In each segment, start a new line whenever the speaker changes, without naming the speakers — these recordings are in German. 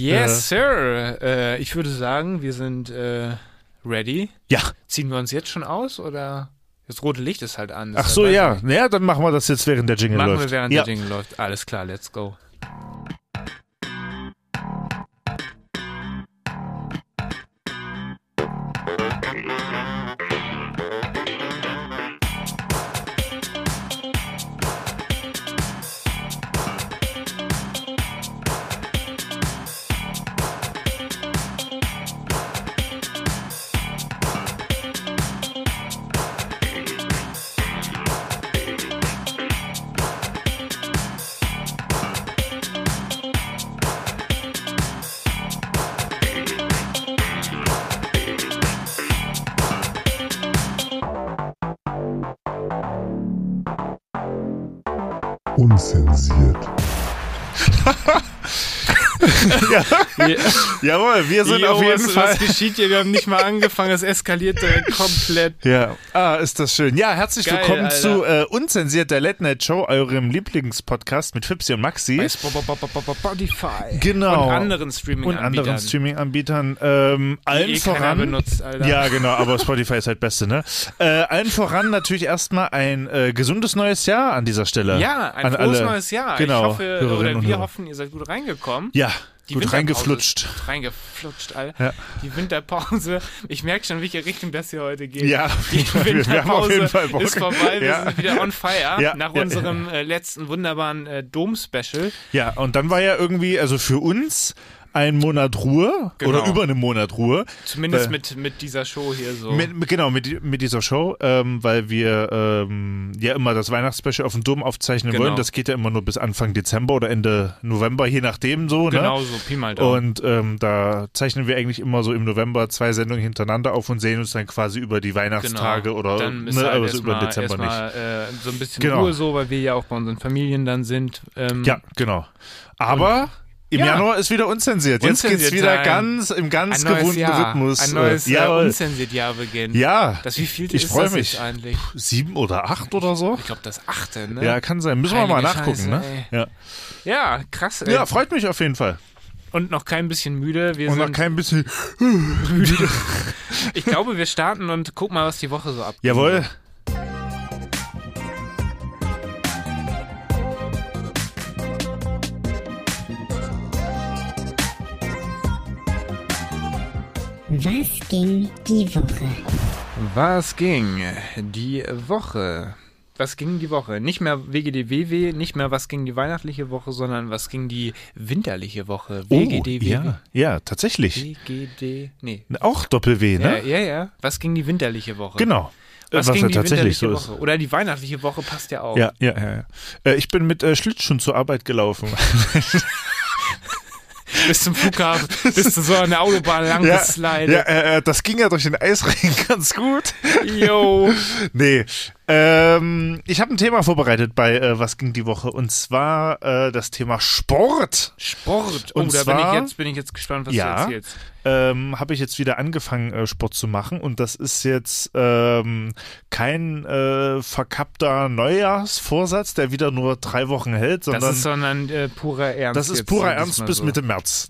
Yes, sir. Äh, ich würde sagen, wir sind äh, ready.
Ja.
Ziehen wir uns jetzt schon aus oder? Das rote Licht ist halt an.
Ach so,
Deshalb
ja. Naja, dann machen wir das jetzt, während der Jingle
Machen
läuft.
wir, während
ja.
der Jingle läuft. Alles klar, let's go.
Unzensiert.
Jawohl, wir sind auf jeden Fall.
geschieht hier? Wir haben nicht mal angefangen, es eskaliert direkt komplett.
Ja, ah, ist das schön. Ja, herzlich
Geil,
willkommen
Alter.
zu äh, Unzensiert der Late Night Show, eurem Lieblingspodcast mit Fipsi und Maxi.
Spotify.
Genau.
Und anderen
und anderen
Streaming-Anbietern.
Streaming-Anbietern. Ähm, allen
eh keiner
voran.
benutzt, Alter.
Ja, genau, aber Spotify ist halt Beste, ne? Äh, allen voran natürlich erstmal ein äh, gesundes neues Jahr an dieser Stelle.
ja, ein
an
frohes
alle.
neues Jahr.
Genau,
ich hoffe,
Hörerinnen
oder
und
wir
Hörer.
hoffen, ihr seid gut reingekommen.
Ja,
Die
gut
Winterpause
reingeflutscht.
ist Reingeflutscht, Alter.
Ja.
Die Winterpause. Ich merke schon, welche Richtung das hier heute geht.
Ja, auf jeden
Die
Fall. Wir- wir haben auf
Winterpause
jeden Fall Bock.
ist vorbei. Wir
Ja.
sind wieder on fire.
Ja,
Nach
ja,
unserem Äh, letzten wunderbaren äh, Dom-Special.
Ja, und dann war ja irgendwie, also für uns ein Monat Ruhe
Genau.
oder über einen Monat Ruhe.
Zumindest
Weil-
mit, mit dieser Show hier so.
Äh. Mit, mit, genau, mit, mit dieser Show, ähm, weil wir ähm, ja immer das Weihnachtsspecial auf dem Dom aufzeichnen
Genau.
wollen. Das geht ja immer nur bis Anfang Dezember oder Ende November, je nachdem so.
genau
Ne?
so, Pi mal Daumen.
Und ähm, da zeichnen wir eigentlich immer so im November zwei Sendungen hintereinander auf und sehen uns dann quasi über die Weihnachtstage oder
Genau. dann ist
ne,
halt
aber so über den
erstmal-
Dezember nicht.
erstmal, Äh, so ein bisschen
Genau.
Ruhe so, weil wir ja auch bei unseren Familien dann sind. Ähm,
Ja, genau. Aber im
Ja.
Januar ist wieder unzensiert. Jetzt
Unzensiert
geht's wieder
sein.
ganz im
Ein
ganz
neues
gewohnten
Jahr,
Rhythmus.
ein neues
äh,
äh,
jawohl.
unzensiert Jahr beginnt.
ja.
Das wie viel
Ich
ist
freu
das
mich.
jetzt eigentlich?
Sieben oder acht oder so?
Ich glaube das achte, ne?
Ja, kann sein. Müssen wir mal
Heilige
nachgucken,
Scheiße,
ne? Ja.
Ja, krass. Ey.
ja, freut mich auf jeden Fall.
und noch kein bisschen müde. Wir
Und noch
sind,
kein bisschen.
ich glaube, wir starten und gucken mal, was die Woche so ab.
Jawohl.
Was ging die Woche?
Was ging die Woche? Was ging die Woche? Nicht mehr WGDWW, nicht mehr was ging die weihnachtliche Woche, sondern was ging die winterliche Woche? WGDWW.
Oh, ja. ja, tatsächlich.
WGD. Nee.
Auch Doppel-W,
Ja,
ne?
ja, ja. Was ging die winterliche Woche?
Genau. Äh,
Was, ging
ja
die
tatsächlich so
winterliche
ist.
Woche? Oder die weihnachtliche Woche passt ja auch.
Ja, ja, ja. ja. Äh, ich bin mit äh, Schlittschuhen zur Arbeit gelaufen.
Bis zum Flughafen, bis zu so einer Autobahn lang
ja, ja
geslidet.
äh, äh, das ging ja durch den Eisregen ganz gut.
Yo.
Nee. Ähm, ich habe ein Thema vorbereitet bei äh, Was ging die Woche? Und zwar äh, das Thema Sport.
Sport.
Und
oh, da bin ich
zwar-
jetzt, bin ich jetzt gespannt, was
Ja.
du erzählst.
ähm, habe ich jetzt wieder angefangen, äh, Sport zu machen. Und das ist jetzt ähm, kein äh, verkappter Neujahrsvorsatz, der wieder nur drei Wochen hält, sondern
Das ist sondern äh, purer Ernst.
das ist
jetzt,
purer
sag ich
Ernst
mal
bis
so.
Mitte März.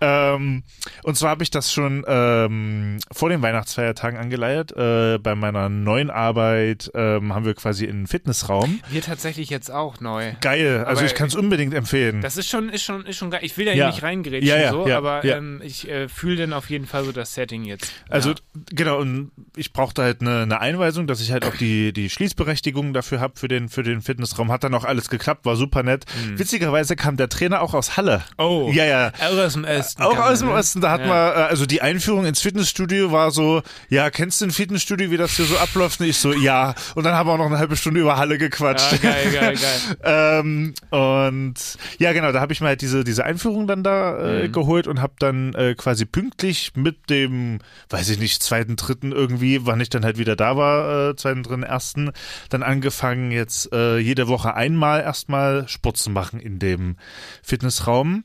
ähm, und zwar habe ich das schon ähm, vor den Weihnachtsfeiertagen angeleiert. Äh, bei meiner neuen Arbeit ähm, haben wir quasi einen Fitnessraum.
Wir tatsächlich jetzt auch neu.
Geil, also
Aber
ich kann es unbedingt empfehlen.
Das ist schon, ist schon, ist schon geil. Ich will da
Ja.
nicht reingrätschen,
Ja, ja,
so,
ja,
aber
ja.
Ähm, ich äh, fühle dann auf jeden Fall so das Setting jetzt.
Also
ja.
genau, und ich brauchte halt eine, eine Einweisung, dass ich halt auch die, die Schließberechtigung dafür habe für den, für den Fitnessraum. Hat dann auch alles geklappt, war super nett. Witzigerweise kam der Trainer auch aus Halle.
Mhm. Oh.
Ja, ja.
Auch aus dem Osten.
Auch
kann
aus dem
man, ne?
Osten, da hat
Ja.
man, äh, also die Einführung ins Fitnessstudio war so, ja, kennst du ein Fitnessstudio, wie das hier so abläuft? Und ich so, ja. Und dann haben wir auch noch eine halbe Stunde über Halle gequatscht.
Ah, geil, geil, geil.
Ähm, und ja, genau, da habe ich mir halt diese, diese Einführung dann da
Mhm.
äh, geholt und habe dann äh, quasi pünktlich mit dem, weiß ich nicht, zweiten, dritten irgendwie, wann ich dann halt wieder da war, äh, zweiten, dritten, ersten, dann angefangen, jetzt äh, jede Woche einmal erstmal Sport zu machen in dem Fitnessraum.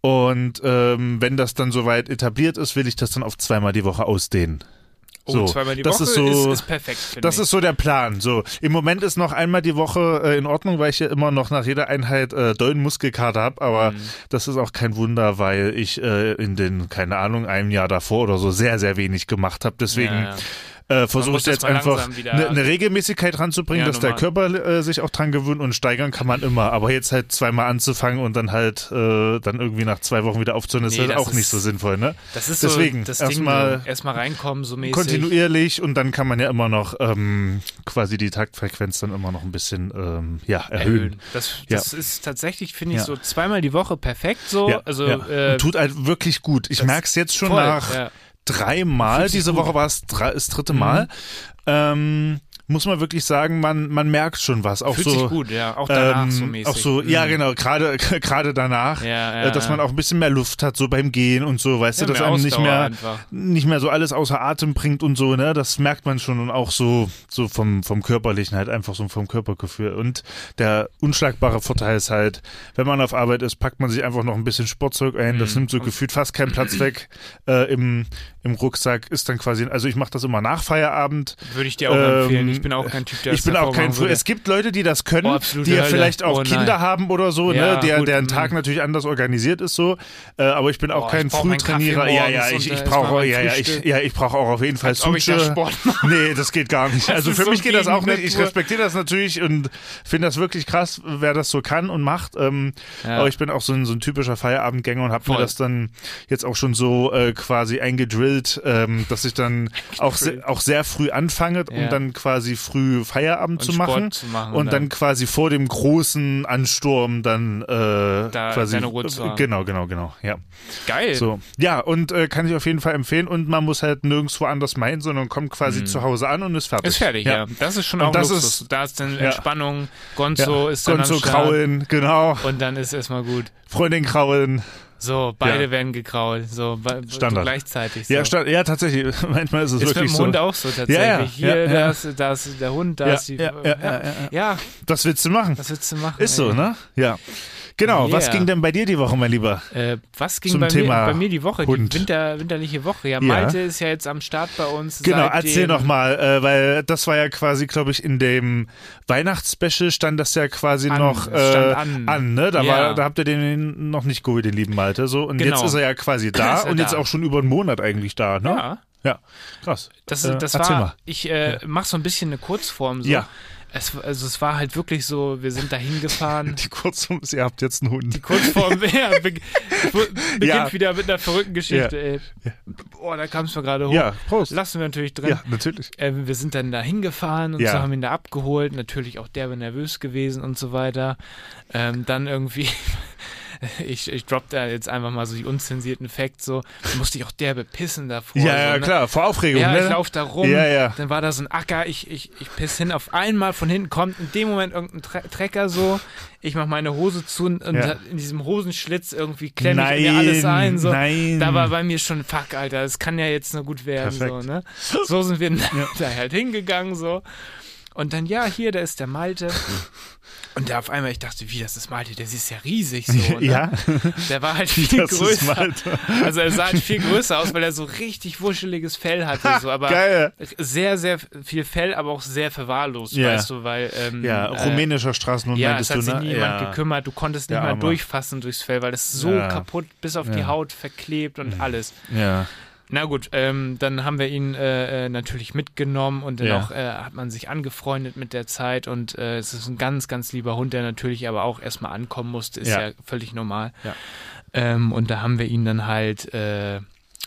Und ähm, wenn das dann soweit etabliert ist, will ich das dann auf zweimal die Woche ausdehnen.
Oh,
So,
zweimal die
das
Woche
ist so-
ist, ist perfekt. finde
Das
ich.
ist so der Plan. So, im Moment ist noch einmal die Woche äh, in Ordnung, weil ich ja immer noch nach jeder Einheit äh, dollen Muskelkater habe,
Mhm.
aber das ist auch kein Wunder, weil ich äh, in den, keine Ahnung, einem Jahr davor oder so sehr, sehr wenig gemacht habe. Deswegen
Ja,
äh, versuche
muss
ich jetzt
das mal
einfach
langsam wieder-
eine ne Regelmäßigkeit ranzubringen,
Ja,
dass der
normal.
Körper äh, sich auch dran gewöhnt und steigern kann man immer. Aber jetzt halt zweimal anzufangen und dann halt äh, dann irgendwie nach zwei Wochen wieder aufzuhören, ist
Nee,
halt
das
auch
ist-
nicht so sinnvoll, ne?
Das ist
Deswegen,
so das Ding,
erstmal
so erstmal reinkommen, so mäßig.
kontinuierlich und dann kann man ja immer noch ähm, quasi die Taktfrequenz dann immer noch ein bisschen ähm, ja, erhöhen.
erhöhen. Das,
Ja.
das ist tatsächlich, finde ich,
Ja.
so zweimal die Woche perfekt so.
Ja,
also
ja.
äh,
und tut halt wirklich gut. Ich merke es jetzt schon
voll,
nach
ja.
dreimal.
Fühlt sich
Diese
gut. Mhm.
Woche war es drei, das dritte Mal. Ähm, muss man wirklich sagen, man, man merkt schon was. Auch
fühlt
so,
sich gut, ja. Auch danach
ähm,
so mäßig. Mhm.
Auch so, ja, genau, gerade gerade danach,
Ja, ja,
äh, dass
ja.
man auch ein bisschen mehr Luft hat, so beim Gehen und so, weißt
Ja,
du, dass
mehr
einem nicht
Ausdauer
mehr,
einfach.
nicht mehr so alles außer Atem bringt und so, ne? Das merkt man schon und auch so, so vom, vom Körperlichen halt einfach so vom Körpergefühl. Und der unschlagbare Vorteil ist halt, wenn man auf Arbeit ist, packt man sich einfach noch ein bisschen Sportzeug ein, das nimmt so gefühlt fast keinen Platz weg äh, im, im Rucksack, ist dann quasi, also ich mache das immer nach Feierabend,
Würde ich dir auch
ähm,
empfehlen. Ich bin auch kein Typ, der
ich
das
bin auch
davor
kein
machen
Früh.
würde.
Es gibt Leute, die das können,
Oh, absolute
die ja
Hölle.
vielleicht auch
Oh, nein.
Kinder haben oder so,
Ja,
ne, der,
gut,
deren
mm.
Tag natürlich anders organisiert ist so. Äh, aber ich bin auch
Oh,
kein
ich brauch meinen
Frühtrainierer.
Kaffee
Ja, ja,
morgens
ich,
und,
ich
äh,
brauche
erst mal
ja,
mein
ja, ich,
Frühstück.
ja, ich brauche auch auf jeden Fall
Als ob ich da
Suche.
Sport mache.
Nee, das geht gar nicht.
Das
Also
ist
für
so
mich geht das auch
gegen
nicht. Ich
Natur.
respektiere das natürlich und finde das wirklich krass, wer das so kann und macht. Ähm,
Ja.
Aber ich bin auch so ein, so ein typischer Feierabendgänger und habe mir
Voll.
das dann jetzt auch schon so äh, quasi eingedrillt, ähm, dass ich dann auch, se auch sehr früh anfange, um
Ja.
dann quasi früh Feierabend
Und
zu,
Sport
machen
zu machen
und
und
dann
dann-
quasi vor dem großen Ansturm dann äh, quasi
deine Ruhe zu haben.
genau genau genau ja
Geil.
so. Ja, und äh, kann ich auf jeden Fall empfehlen. Und man muss halt nirgendwo anders meinen, sondern kommt quasi zu Hause an und ist fertig.
Mhm. Ist fertig, ja. Das ist schon auch
das
Luxus.
ist-
da ist dann
ja.
Entspannung, Gonzo ist dann
Gonzo
am Start
kraulen, genau.
und dann ist erstmal gut.
Freundin kraulen.
So, beide
Ja.
werden gekrault, so be-
Standard.
gleichzeitig. So.
Ja, sta- ja, tatsächlich. Manchmal ist es
ist mit
wirklich
dem
so.
Hund auch so tatsächlich.
Ja, ja,
Hier,
ja, ja.
da, ist, da ist der Hund, da
Ja,
ist die.
ja, ja, ja, ja,
ja,
Das willst du machen.
was willst du machen?
Ist so,
ey?
ne? Ja. Genau. Was
Yeah.
ging denn bei dir die Woche, mein Lieber?
Äh, was ging
Zum
bei,
Thema
mir, bei mir die Woche,
Hund.
die winter, winterliche Woche? Ja,
Ja.
Malte ist ja jetzt am Start bei uns.
Genau,
seitdem,
erzähl doch mal, äh, weil das war ja quasi, glaube ich, in dem Weihnachtsspecial stand das ja quasi
An,
noch
es stand
äh,
an.
ne? Da,
Ja.
war, da habt ihr den noch nicht geholt, den lieben Malte. So. Und
Genau.
jetzt ist er ja quasi da
Ist er
und jetzt
da.
auch schon über einen Monat eigentlich da, ne?
Ja.
Ja, krass.
Das,
Äh,
das
erzähl
war,
mal.
ich äh, mach so ein bisschen eine Kurzform. So.
Ja.
Es, also es war halt wirklich so, wir sind da hingefahren.
Die Kurzum ist, ihr habt jetzt einen Hund.
Kurzform ja, be be beginnt
Ja.
wieder mit einer verrückten Geschichte.
Ja.
Ey. Oh, da kam es mir gerade hoch.
Ja, Prost.
Lassen wir natürlich drin.
Ja, natürlich.
Äh, wir sind dann da hingefahren und
Ja.
so haben ihn da abgeholt. Natürlich auch derbe nervös gewesen und so weiter. Ähm, dann irgendwie, ich, ich droppe da jetzt einfach mal so die unzensierten Facts. So musste ich auch derbe pissen davor.
Ja,
so,
ja,
ne?
klar, vor Aufregung,
Ja,
ne?
ich laufe da rum.
Ja, ja.
Dann war da so ein Acker. Ich, ich, ich piss hin. Auf einmal von hinten kommt in dem Moment irgendein Tre Trecker so. Ich mache meine Hose zu und und
Ja.
in diesem Hosenschlitz irgendwie klemme ich mir
nein,
alles ein. So.
nein.
Da war bei mir schon, fuck, Alter, das kann ja jetzt nur gut werden. So,
Mhm. Perfekt.
ne? so sind wir da halt hingegangen. so. Und dann, ja, hier, da ist der Malte. Und da auf einmal, ich dachte, wie, das ist Malte, der ist ja riesig so. Ne?
ja,
Der war halt viel
das
größer.
ist Malte.
Also er sah halt viel größer aus, weil er so richtig wuscheliges Fell hatte. So, aber
Geil.
sehr, sehr viel Fell, aber auch sehr verwahrlost,
Ja.
weißt du, weil ähm,
Ja,
äh,
rumänischer Straßenhund
ja, es
meintest
hat
du,
sich
ne?
nie
ja.
jemand gekümmert. Du konntest nicht
Ja,
mal
Mann.
durchfassen durchs Fell, weil das so
Ja.
kaputt bis auf die
Ja. Mhm.
Haut verklebt und alles.
Ja.
Na gut, ähm, dann haben wir ihn äh, äh, natürlich mitgenommen und
Ja.
dann auch äh, hat man sich angefreundet mit der Zeit und äh, es ist ein ganz, ganz lieber Hund, der natürlich aber auch erstmal ankommen musste, ist
Ja.
ja, völlig normal.
Ja.
Ähm, und da haben wir ihn dann halt äh,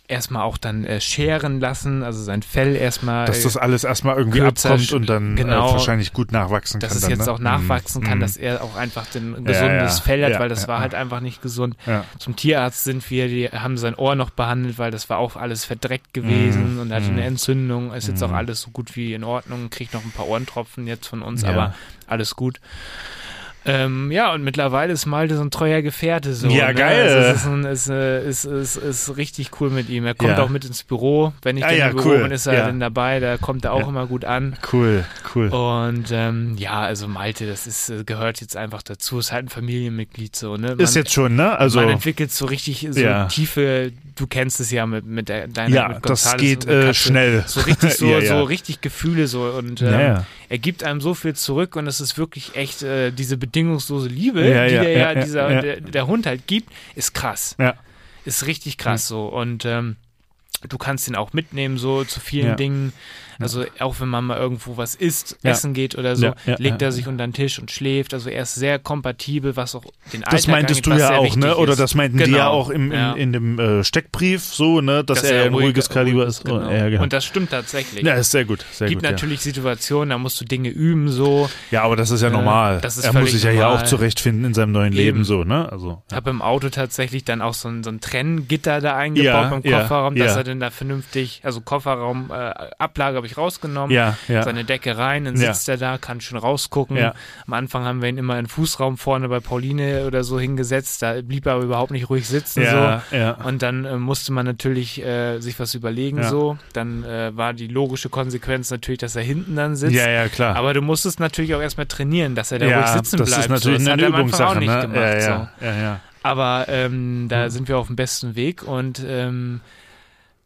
erstmal auch dann äh, scheren lassen, also sein Fell erstmal.
Dass
äh,
das alles erstmal irgendwie
kürzer
abkommt
sch-
und dann
genau.
äh, wahrscheinlich gut nachwachsen
dass
kann.
es
dann,
jetzt
ne?
auch nachwachsen kann,
Mm.
dass er auch einfach den ein
Ja,
gesundes
ja,
Fell hat,
ja,
weil das
ja,
war
ja.
halt einfach nicht gesund.
Ja.
Zum Tierarzt sind wir, die haben sein Ohr noch behandelt, weil das war auch alles verdreckt
Mhm.
gewesen und hatte eine Entzündung, ist jetzt auch alles so gut wie in Ordnung, kriegt noch ein paar Ohrentropfen jetzt von uns,
Ja.
aber alles gut. Ähm, ja, und mittlerweile ist Malte so ein treuer Gefährte. So,
Ja,
ne?
geil.
Also, Es ist, ein, es äh, ist, ist, ist richtig cool mit ihm. Er kommt
Ja.
auch mit ins Büro. Wenn ich
Ah,
dann
ja,
im Büro
cool.
bin, ist er halt
Ja.
dann dabei. Da kommt er auch
Ja.
immer gut an.
Cool, cool.
Und ähm, ja, also Malte, das ist, äh, gehört jetzt einfach dazu. Ist halt ein Familienmitglied so, ne? Man,
ist jetzt schon, ne? Also
man entwickelt so richtig so
Ja.
tiefe, du kennst es ja mit, mit der- deiner
ja,
mit
das
Gonzales
geht
und der
äh,
Katze.
schnell.
So richtig so,
ja, ja.
so richtig Gefühle so und ähm,
Ja, ja.
er gibt einem so viel zurück und es ist wirklich echt äh, diese bedingungslose Liebe,
Ja,
die
ja,
der, ja,
ja, ja,
dieser,
ja.
Der, der Hund halt gibt, ist krass.
Ja.
Ist richtig krass
Hm.
so und ähm, du kannst ihn auch mitnehmen so zu vielen
Ja.
Dingen. Also auch wenn man mal irgendwo was isst,
Ja.
essen geht oder so,
Ja, ja,
legt
ja,
er sich unter den Tisch und schläft. Also er ist sehr kompatibel, was auch den Alltag
Das meintest
angeht,
du
was
ja
sehr
auch,
wichtig
ne? Oder
ist.
das meinten die
Genau.
ja auch im, im,
Ja.
in dem äh, Steckbrief so, ne? Dass, er ein
ruhig-
ruhiges Kaliber
ruhig
ist.
Genau.
Oh, ja, genau.
Und das stimmt tatsächlich.
ja, ist sehr gut. Sehr
gibt
gut,
natürlich Situationen, da musst du Dinge üben, so.
ja. ja, aber das ist ja normal.
äh, das ist
er muss
völlig
sich ja hier
normal.
auch zurechtfinden in seinem neuen Leben,
Eben.
so, ne? Also,
Ich habe im Auto tatsächlich dann auch so ein, so ein Trenngitter da eingebaut
Ja,
beim
ja,
Kofferraum, dass
ja.
er denn da vernünftig, also Kofferraum, äh, Ablage habe ich rausgenommen,
ja, ja.
seine Decke rein, dann
Ja.
sitzt er da, kann schon rausgucken.
Ja.
Am Anfang haben wir ihn immer in den Fußraum vorne bei Pauline oder so hingesetzt, da blieb er aber überhaupt nicht ruhig sitzen, so.
ja, ja.
Und dann äh, musste man natürlich äh, sich was überlegen,
Ja.
so. Dann äh, war die logische Konsequenz natürlich, dass er hinten dann sitzt.
ja, ja, klar.
Aber du musstest natürlich auch erstmal trainieren, dass er da
ja,
ruhig sitzen
das
bleibt.
ist natürlich
so, das
eine
hat er am Anfang
Übungssache,
auch nicht
ne?
gemacht.
ja,
So.
ja, ja, ja.
Aber ähm,
Mhm.
da sind wir auf dem besten Weg und ähm,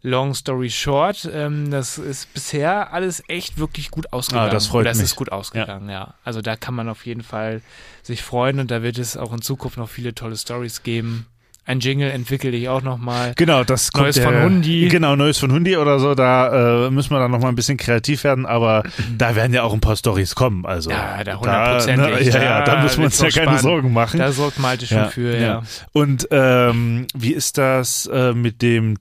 long story short, ähm, das ist bisher alles echt wirklich gut ausgegangen.
Ah, das freut
Oder es
mich.
ist gut ausgegangen, ja. Also da kann man auf jeden Fall sich freuen und da wird es auch in Zukunft noch viele tolle Stories geben. Ein Jingle entwickle ich auch nochmal.
Genau, das kommt
Neues
der,
von Hundi.
Genau, neues von Hundi oder so. Da äh, müssen wir dann noch mal ein bisschen kreativ werden, aber da werden ja auch ein paar Stories kommen. Also
Ja, da
Da,
hundertprozentig. Ah,
ne, ja, ja, da
Da
müssen wir uns ja
wird's noch
keine
spannend.
Sorgen machen.
Da sorgt Malte schon für, ja.
Und ähm, wie ist das äh, mit dem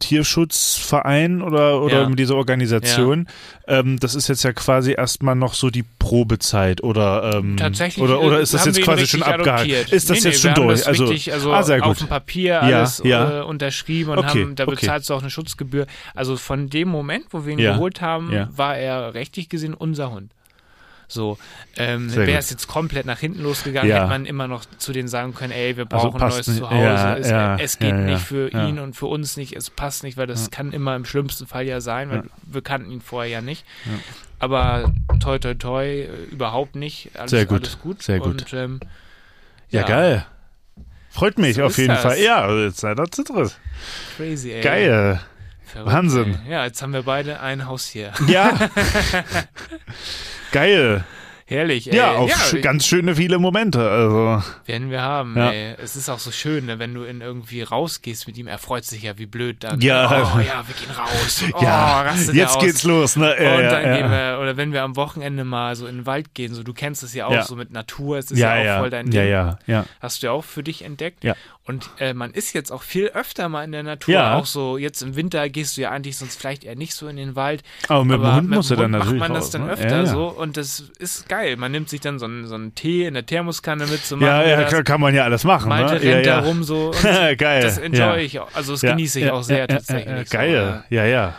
Tierschutzverein oder, oder
Ja.
mit dieser Organisation? Ähm, das ist jetzt ja quasi erstmal noch so die Probezeit oder ähm,
Tatsächlich.
oder, oder
äh,
ist das
haben
jetzt
wir ihn
quasi schon
richtig
abgehakt?
adoptiert.
Ist das
nee,
jetzt
nee,
schon
wir haben
durch?
Das
also,
richtig, also
ah, sehr
auf
gut.
dem Papier
Ja,
alles
ja.
Äh, unterschrieben und
Okay,
haben, da
okay.
bezahlst du auch eine Schutzgebühr. Also von dem Moment, wo wir ihn
Ja,
geholt haben,
ja.
war er rechtlich gesehen unser Hund. So, ähm,
Sehr
wäre
gut.
es jetzt komplett nach hinten losgegangen,
Ja.
hätte man immer noch zu denen sagen können, ey, wir
Also
brauchen
passt
ein neues
nicht.
Zuhause,
Ja,
es,
ja,
es geht
ja, ja,
nicht für
ja.
ihn und für uns nicht, es passt nicht, weil das kann immer im schlimmsten Fall ja sein, weil wir kannten ihn vorher ja nicht. Aber toi, toi, toi, äh, überhaupt nicht. Alles,
Sehr gut,
Alles gut.
sehr gut.
Und, ähm,
Ja, geil. Freut mich
So
auf
ist
jeden
das.
Fall. Ja, also jetzt seid ihr zu dritt.
Crazy, ey.
Geil.
Verrückt,
Wahnsinn.
Ey. Ja, jetzt haben wir beide ein Haustier.
Ja. geil.
Herrlich, ey.
Ja, auch sch ganz schöne viele Momente. Also,
werden wir haben,
Ja.
ey. Es ist auch so schön, ne, wenn du in irgendwie rausgehst mit ihm, er freut sich ja, wie blöd dann.
Ja.
Oh ja, wir gehen raus. Oh,
ja,
rastet er
jetzt
aus.
geht's los. Ne? Ja,
und
ja,
dann
ja.
gehen wir, oder wenn wir am Wochenende mal so in den Wald gehen, so du kennst es ja auch,
Ja.
so mit Natur, es ist ja,
ja,
auch
ja,
voll dein
ja,
Ding.
ja, ja.
Hast du ja auch für dich entdeckt.
Ja.
Und äh, man ist jetzt auch viel öfter mal in der Natur.
Ja.
Auch so, jetzt im Winter gehst du ja eigentlich sonst vielleicht eher nicht so in den Wald.
Aber mit dem
Aber
Hund muss er dann
Hund
natürlich
macht man
raus,
das dann
ne?
öfter
ja, ja.
so und das ist geil. Man nimmt sich dann so einen, so einen Tee in der Thermoskanne mit, so
Ja,
machen wir
ja,
das.
kann, kann man ja alles machen.
Malte
ne?
rennt
ja,
da rum so und
ja. Geil.
das enjoy
ja.
ich auch. Also das
Ja,
genieße ich
ja,
auch sehr
ja, ja,
tatsächlich.
ja, ja,
so,
Geil, ja, ja.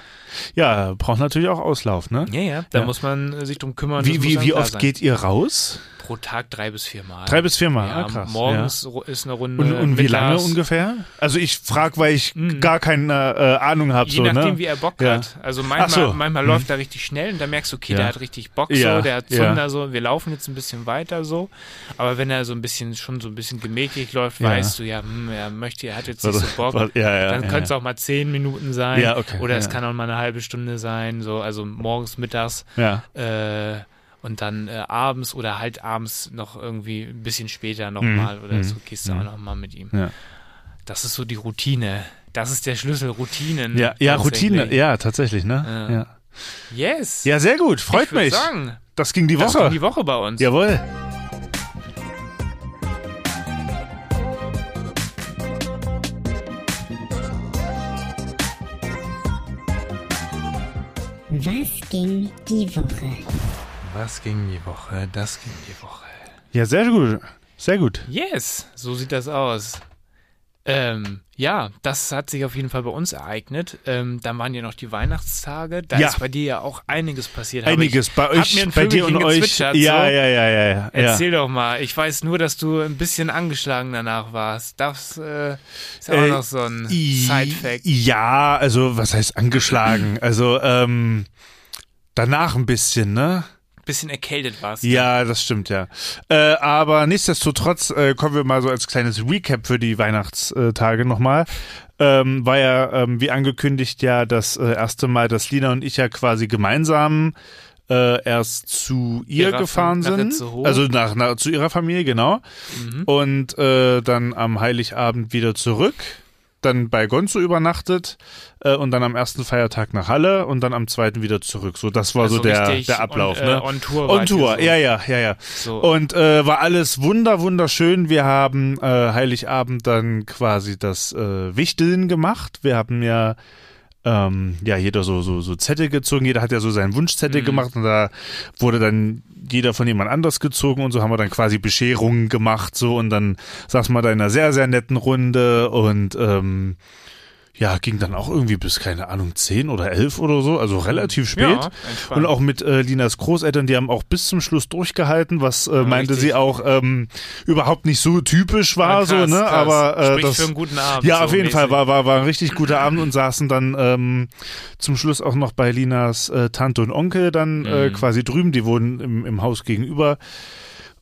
Ja, braucht natürlich auch Auslauf, ne?
äh, Ja, ja, da
Ja.
muss man äh, sich drum kümmern. das
Wie,
muss
wie,
dann
wie
klar
oft
sein.
geht ihr raus?
Pro Tag drei bis vier Mal.
Drei bis viermal,
ja,
ah, krass. ja.
Morgens ru- ist eine Runde.
Und, und wie lange
mittags. Mhm.
ungefähr? Also ich frage, weil ich gar keine äh, Ahnung habe.
Je
So,
nachdem,
ne?
wie er Bock
Ja.
hat. Also manchmal,
Ach so. Mhm.
manchmal läuft er richtig schnell und da merkst du, okay,
Ja.
der hat richtig Bock
Ja,
so, der hat
ja.
Zunder so, wir laufen jetzt ein bisschen weiter so. Aber wenn er so ein bisschen, schon so ein bisschen gemächlich läuft,
Ja.
weißt du ja, hm, er möchte, er hat jetzt nicht
Also,
so Bock.
was- ja, ja,
Dann
ja,
können es
ja.
auch mal zehn Minuten sein.
Ja, okay,
oder es
ja.
kann auch mal eine halbe Stunde sein, so, also morgens, mittags.
Ja.
Äh, und dann äh, abends oder halt abends noch irgendwie ein bisschen später nochmal mal oder so gehst du auch nochmal mit ihm.
Mhm. Ja.
Das ist so die Routine. Das ist der Schlüssel, Routinen.
Ja, ja, Routine,
tatsächlich.
ja, tatsächlich, ne?
Ja.
Ja,
Yes.
ja sehr gut, freut
ich würd
mich.
Sagen,
Das ging die
das
Woche.
ging die Woche bei uns.
Jawohl.
Was ging die Woche?
Was ging die Woche? Das ging die Woche.
Ja, sehr gut. Sehr gut.
Yes, so sieht das aus. Ähm, ja, das hat sich auf jeden Fall bei uns ereignet. Ähm, dann waren ja noch die Weihnachtstage. Da
Ja.
ist bei dir ja auch einiges passiert. Hab
Einiges
ich,
bei
hab mir
euch,
ein
bei dir und
Vögelchen
euch. Ja,
gezwitschert,
ja,
so.
ja, ja, ja.
Erzähl doch mal. Ich weiß nur, dass du ein bisschen angeschlagen danach warst. Das äh, ist auch
Äh,
noch so ein
I-
Side-Fact.
Ja, also was heißt angeschlagen? Also ähm, danach ein bisschen, ne?
Bisschen erkältet warst. ne? du.
Ja, das stimmt, ja. Äh, aber nichtsdestotrotz äh, kommen wir mal so als kleines Recap für die Weihnachtstage nochmal. Ähm, war ja, ähm, wie angekündigt, ja das äh, erste Mal, dass Lina und ich ja quasi gemeinsam äh, erst zu ihr
Ihrer Fam-
gefahren
nach Mhm.
sind.
Itzehoe.
also nach, nach, zu ihrer Familie, genau. Und äh, dann am Heiligabend wieder zurück. Dann bei Gonzo übernachtet äh, und dann am ersten Feiertag nach Halle und dann am zweiten wieder zurück. So, das war so
Also
der,
richtig
der Ablauf.
on- äh,
ne?
on Tour
On
wart ihr
Tour,
so.
ja, ja, ja, ja.
So.
Und äh, war alles wunder, wunderschön. Wir haben äh, Heiligabend dann quasi das äh, Wichteln gemacht. Wir haben ja ähm, ja, jeder so, so, so Zettel gezogen, jeder hat ja so seinen Wunschzettel gemacht und da wurde dann jeder von jemand anders gezogen und so haben wir dann quasi Bescherungen gemacht, so und dann saß man da in einer sehr, sehr netten Runde und ähm, ja, ging dann auch irgendwie bis, keine Ahnung, 10 oder 11 oder so, also relativ spät.
Ja, entspannt.
und auch mit äh, Linas Großeltern, die haben auch bis zum Schluss durchgehalten, was äh, meinte
richtig. Ah,
sie auch ähm, überhaupt nicht so typisch war,
Krass,
so, ne?
krass.
Aber äh,
Spricht
das,
für einen guten Abend.
ja,
so
auf jeden
mäßig.
Fall war, war, war ein richtig guter Abend und saßen dann ähm, zum Schluss auch noch bei Linas äh, Tante und Onkel dann
Mhm.
äh, quasi drüben. Die wohnen im, im Haus gegenüber.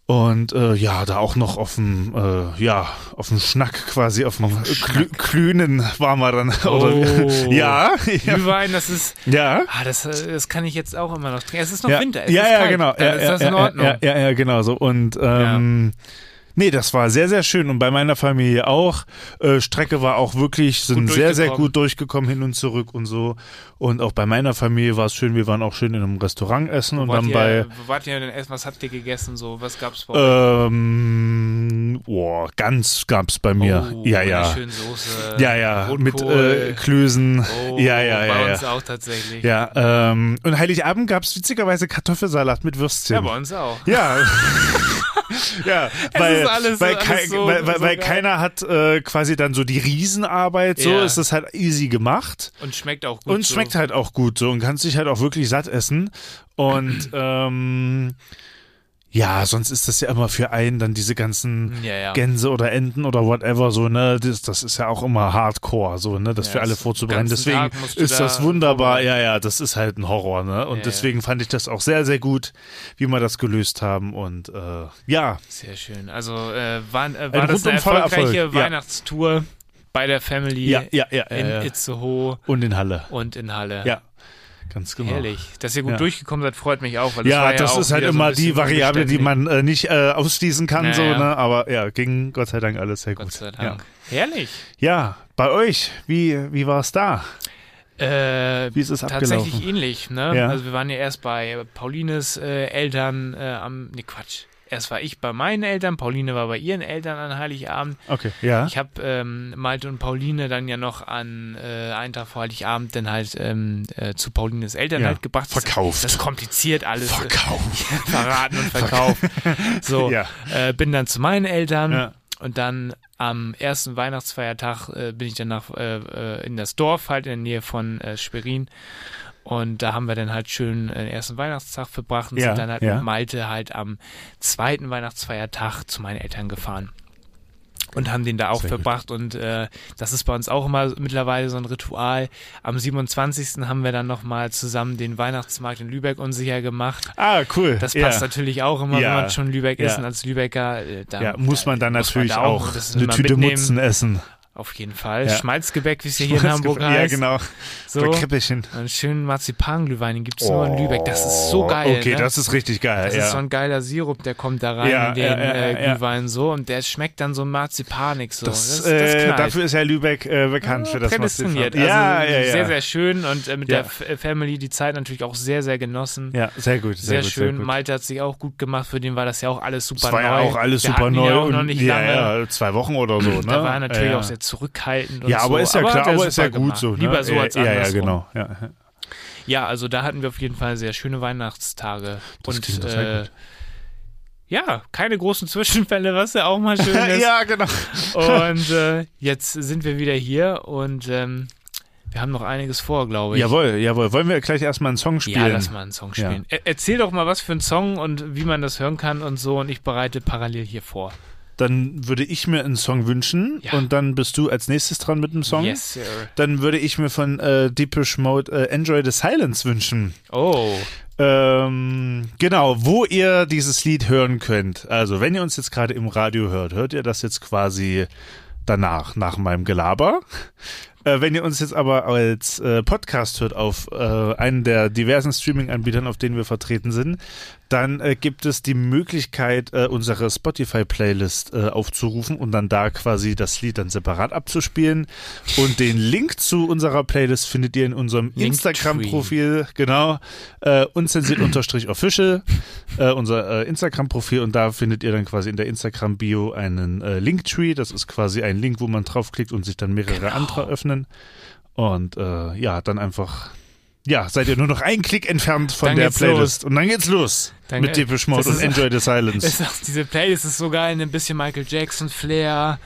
Und äh, ja, da auch noch auf dem, äh, ja, auf dem Schnack quasi, auf dem Klü Klünen waren wir dann.
Oh.
ja, ja,
Glühwein, das ist.
ja.
Ah, das, äh, das kann ich jetzt auch immer noch trinken. Es ist noch
ja.
Winter. Es
ja,
ist
ja,
kalt.
genau.
Dann
ja,
ist
ja,
das
ja,
in Ordnung.
Ja, ja, ja, genau so. Und ähm, nee, das war sehr, sehr schön. Und bei meiner Familie auch. Äh, Strecke war auch wirklich, sind
Gut
sehr, sehr
durchgekommen.
gut durchgekommen hin und zurück und so. Und auch bei meiner Familie war es schön. Wir waren auch schön in einem Restaurant essen und
Wart
dann
ihr,
bei. Äh,
wart ihr denn erst, was habt ihr gegessen? So, was gab's bei euch?
Ähm, boah, ganz gab's bei mir.
Oh,
ja,
mit einer
ja.
schönen Soße.
Ja, ja, mit äh,
Rotkohl.
Klösen.
oh,
ja, ja,
Bei
ja.
uns
ja.
auch tatsächlich.
Ja, ähm, und Heiligabend gab's witzigerweise Kartoffelsalat mit Würstchen.
Ja, bei uns auch.
Ja. ja, weil,
ist alles-
weil,
alles
kei-
so-
weil, weil,
so
weil
geil.
keiner hat äh, quasi dann so die Riesenarbeit, so
Ja.
ist das halt easy gemacht
Und schmeckt auch gut.
und
so.
schmeckt halt auch gut so und kannst dich halt auch wirklich satt essen und ähm, ja, sonst ist das ja immer für einen dann diese ganzen
Ja, ja.
Gänse oder Enten oder whatever so, ne, das, das ist ja auch immer Hardcore so, ne, das
Ja,
für alle
das- den
vorzubereiten,
ganzen
deswegen
Tag musst du
ist das
da
wunderbar.
vorbereiten.
Ja, ja, das ist halt ein Horror, ne? Und
Ja,
deswegen fand ich das auch sehr sehr gut, wie wir das gelöst haben und äh, ja,
Sehr schön. Also äh, war, äh, war
Ein
das eine
rundum voller
erfolgreiche
Erfolg, ja.
Weihnachtstour bei der Family
ja, ja, ja,
in
ja, ja.
Itzehoe
und in Halle.
und in Halle.
Ja. Ganz genau.
Herrlich. Dass ihr gut
Ja.
durchgekommen seid, freut mich auch. Weil das
Ja,
war ja
das
auch
ist halt
wieder so ein
immer die
bisschen
Variable, die
unbeständig.
man äh, nicht äh, ausschließen kann,
Ja,
so,
ja.
ne? Aber ja, ging Gott sei Dank alles sehr gut.
Gott sei Dank. Herrlich.
Ja. ja, bei euch, wie, wie war es da?
Äh,
Wie ist es
tatsächlich
abgelaufen?
ähnlich, ne?
Ja.
Also wir waren ja erst bei Paulines äh, Eltern äh, am ne Quatsch. Erst war ich bei meinen Eltern, Pauline war bei ihren Eltern an Heiligabend.
Okay, ja.
Ich habe ähm, Malte und Pauline dann ja noch an äh, einen Tag vor Heiligabend dann halt ähm, äh, zu Paulines Eltern
Ja.
halt gebracht.
Verkauft.
Das, das kompliziert alles. äh,
Verkauft.
verraten und verkaufen. So,
Ja.
äh, bin dann zu meinen Eltern
Ja.
und dann am ersten Weihnachtsfeiertag äh, bin ich dann nach, äh, äh, in das Dorf, halt in der Nähe von äh, Schwerin. Und da haben wir dann halt schön den ersten Weihnachtstag verbracht und
Ja,
sind dann halt
ja.
mit Malte halt am zweiten Weihnachtsfeiertag zu meinen Eltern gefahren. Und haben den da auch
Sehr gut.
verbracht und äh, das ist bei uns auch immer mittlerweile so ein Ritual. Am 27. haben wir dann nochmal zusammen den Weihnachtsmarkt in Lübeck unsicher gemacht.
Ah, cool.
Das
ja.
passt natürlich auch immer,
Ja.
wenn man schon Lübeck ist
Ja.
und als Lübecker. äh, Da,
Ja, muss man dann
muss man
natürlich
da
auch,
das
eine
immer
Tüte
mitnehmen.
Mutzen essen.
Auf jeden Fall.
Ja.
Schmalzgebäck, wie es ja hier in Hamburg heißt.
Ja, genau.
So.
Oder Krippelchen.
Einen schönen Marzipanglühwein, den gibt es nur in Lübeck. Das ist so geil.
Oh, Okay,
ne?
das ist richtig geil.
Das
ja.
ist so ein geiler Sirup, der kommt da rein
Ja,
in den
ja, ja,
äh,
ja.
Glühwein so und der schmeckt dann so marzipanig so. Das,
das,
das
äh,
knallt.
dafür ist ja Lübeck äh, bekannt für das
prädestiniert.
Marzipan. Ja,
also,
ja, ja.
Sehr, sehr schön und äh, mit
Ja.
der F äh, Family die Zeit natürlich auch sehr, sehr genossen.
ja, sehr gut.
Sehr,
Sehr, gut,
schön.
Sehr gut.
Malte hat sich auch gut gemacht. Für den war das ja auch alles super
Es war
neu.
ja auch alles
Wir
super
hatten ihn
neu
Ja auch
und
noch nicht
ja,
lange.
ja, zwei Wochen oder so. Ne?
Da war er natürlich
ja, ja.
auch sehr zurückhaltend. Und
Ja, aber
so.
ist ja
hat
klar,
er
aber ist
super
ja gut
gemacht.
so. Ne?
Lieber so
ja,
als
ja,
andersrum.
ja, genau. Ja.
Ja, also da hatten wir auf jeden Fall sehr schöne Weihnachtstage.
Das
und
klingt doch sehr
äh,
gut.
ja, keine großen Zwischenfälle, was ja auch mal schön ist.
ja, genau.
Und äh, jetzt sind wir wieder hier und ähm, wir haben noch einiges vor, glaube ich.
Jawohl, jawohl. Wollen wir gleich erstmal einen Song spielen?
Ja, lass mal einen Song
Ja.
spielen. Er erzähl doch mal, was für ein Song und wie man das hören kann und so. Und ich bereite parallel hier vor.
Dann würde ich mir einen Song wünschen
Ja.
und dann bist du als nächstes dran mit einem Song.
Yes, sir.
Dann würde ich mir von äh, Deepish Mode äh, Enjoy the Silence wünschen.
Oh,
Ähm, genau, wo ihr dieses Lied hören könnt. Also, wenn ihr uns jetzt gerade im Radio hört, hört ihr das jetzt quasi danach, nach meinem Gelaber. Äh, wenn ihr uns jetzt aber als äh, Podcast hört auf äh, einen der diversen Streaming-Anbietern, auf denen wir vertreten sind, dann äh, gibt es die Möglichkeit, äh, unsere Spotify-Playlist äh, aufzurufen und dann da quasi das Lied dann separat abzuspielen. Und den Link zu unserer Playlist findet ihr in unserem
Linktree.
Instagram-Profil, genau, äh, unzensiert-official, äh, unser äh, Instagram-Profil. Und da findet ihr dann quasi in der Instagram-Bio einen äh, Linktree. Das ist quasi ein Link, wo man draufklickt und sich dann mehrere
Genau.
andere öffnen. Und äh, ja, dann einfach. Ja, seid ihr nur noch einen Klick entfernt von
Dann
der
geht's
Playlist. Und dann geht's los
Dann-
mit Depeche Mode
das ist-
und Enjoy the Silence.
ist auch, diese Playlist ist so geil. Ein bisschen Michael Jackson, Flair,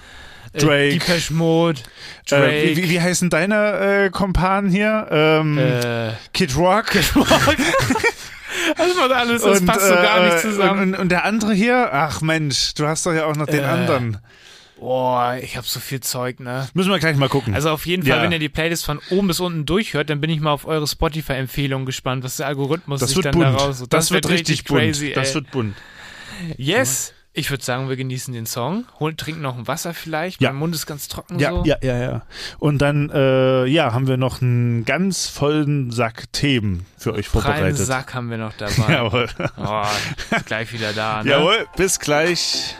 äh,
Drake.
Depeche Mode,
Äh,
Drake.
wie, wie, wie heißen deine äh, Kompanen hier? Ähm,
äh,
Kid Rock.
das macht alles, das
und,
passt so gar
äh,
nicht zusammen.
Und, und, und der andere hier? Ach Mensch, du hast doch ja auch noch den
Äh.
anderen.
Boah, ich habe so viel Zeug, ne?
Müssen wir gleich mal gucken.
Also auf jeden Fall,
Ja.
wenn ihr die Playlist von oben bis unten durchhört, dann bin ich mal auf eure Spotify-Empfehlungen gespannt, was der Algorithmus
das
sich
wird
dann
bunt.
daraus.
das, wird richtig,
crazy.
bunt.
Ey.
Das wird bunt.
yes. Ich würde sagen, wir genießen den Song, holen, trinken noch ein Wasser vielleicht.
Ja.
Mein Mund ist ganz trocken
Ja,
so.
ja, ja, ja. Und dann, äh, ja, haben wir noch einen ganz vollen Sack Themen für euch
Prallen
vorbereitet.
Sack haben wir noch dabei.
Jawohl.
Oh, ist gleich wieder da. Ne?
Jawohl, bis gleich.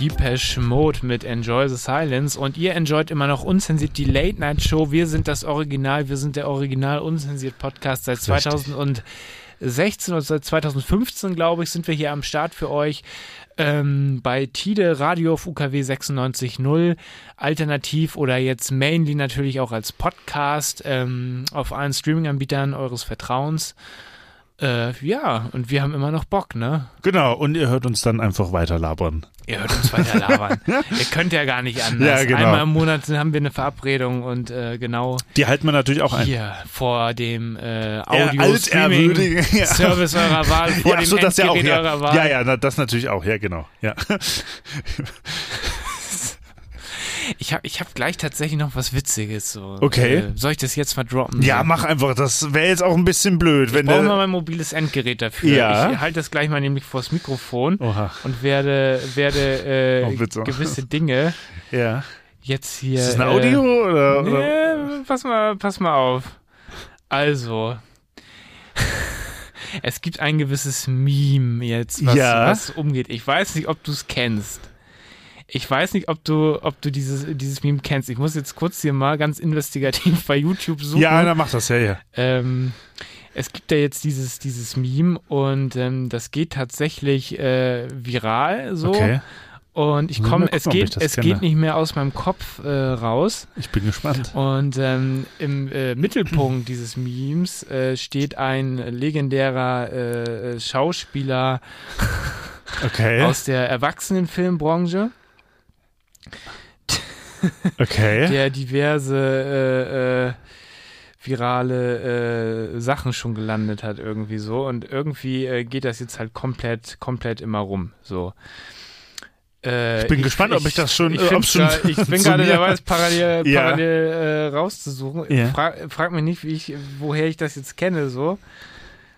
Depeche Mode mit Enjoy the Silence und ihr enjoyt immer noch unzensiert die Late Night Show. Wir sind das Original, wir sind der Original unzensiert Podcast seit 2016 und seit 2015, glaube ich, sind wir hier am Start für euch. Ähm, bei Tide Radio auf UKW 96.0 alternativ oder jetzt mainly natürlich auch als Podcast ähm, auf allen Streaming-Anbietern eures Vertrauens. Äh, ja, und wir haben immer noch Bock, ne?
Genau, und ihr hört uns dann einfach weiter labern.
Ihr hört uns weiter labern. Ihr könnt ja gar nicht anders.
Ja, genau.
Einmal im Monat haben wir eine Verabredung und äh, genau
Die halten wir natürlich auch ein.
hier vor dem äh,
Ja, altehrwürdige, ja.
Audio-Streaming-Service eurer Wahl, vor dem
so, das ja auch,
Endgerät
ja.
eurer Wahl.
ja, ja, na, das natürlich auch, ja, genau. Ja.
Ich habe ich hab gleich tatsächlich noch was Witziges. So.
Okay.
Äh, soll ich das jetzt mal droppen?
ja,
So.
mach einfach, das wäre jetzt auch ein bisschen blöd, wenn
Brauchen wir
der.
mein mobiles Endgerät dafür.
Ja.
Ich halte das gleich mal nämlich vors Mikrofon
Oha.
und werde, werde äh,
Oh, bitte.
gewisse Dinge
Ja.
jetzt hier...
Ist das ein
äh,
Audio oder? oder?
Nee, pass mal, pass mal auf. Also, es gibt ein gewisses Meme jetzt, was,
Ja.
was umgeht. Ich weiß nicht, ob du es kennst. Ich weiß nicht, ob du, ob du dieses, dieses Meme kennst. Ich muss jetzt kurz hier mal ganz investigativ bei YouTube suchen.
Ja, dann mach das, ja, ja.
Ähm, es gibt ja jetzt dieses, dieses Meme und ähm, das geht tatsächlich äh, viral so.
Okay,
Und ich
Muss ich
komme,
mal gucken,
es,
ob ich
geht,
das
es
kenne.
geht nicht mehr aus meinem Kopf äh, raus.
ich bin gespannt.
Und ähm, im äh, Mittelpunkt dieses Memes äh, steht ein legendärer äh, äh, Schauspieler
Okay,
aus der Erwachsenenfilmbranche,
okay.
der diverse äh, äh, virale äh, Sachen schon gelandet hat irgendwie so. Und irgendwie äh, geht das jetzt halt komplett, komplett immer rum. So. Äh,
Ich bin gespannt, ob ich das schon-
Ich,
äh,
find's
ob's schon
grad- ich bin
zu
gerade
mir-
dabei, es parallel,
Ja.
parallel äh, rauszusuchen.
Ja.
Fra frag mich nicht, wie ich, woher ich das jetzt kenne. So.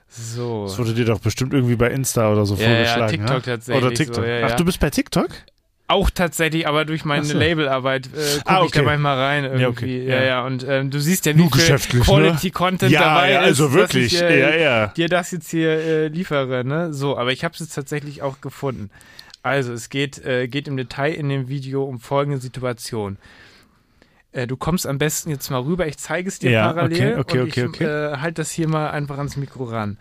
So.
Das wurde dir doch bestimmt irgendwie bei Insta oder so
Ja, ja,
vorgeschlagen.
TikTok
ne?
tatsächlich
Oder TikTok.
so, ja, ja.
Ach, du bist bei TikTok?
Auch tatsächlich, aber durch meine
Ach so.
Labelarbeit äh, gucke
Ah,
ich da
okay.
manchmal rein irgendwie.
Ja,
Ja,
okay,
ja,
ja.
Und ähm, du siehst ja,
Nur
wie viel
geschäftlich, ne?
Quality-Content dabei
ja,
ist.
also
dass
wirklich.
Ich, äh,
ja, ja.
dir das jetzt hier äh, liefere, ne? So, aber ich habe es jetzt tatsächlich auch gefunden. Also, es geht, äh, geht im Detail in dem Video um folgende Situation. Äh, du kommst am besten jetzt mal rüber. Ich zeige es dir
Ja,
parallel.
okay, okay,
und
okay,
ich
okay.
Äh, halt das hier mal einfach ans Mikro ran.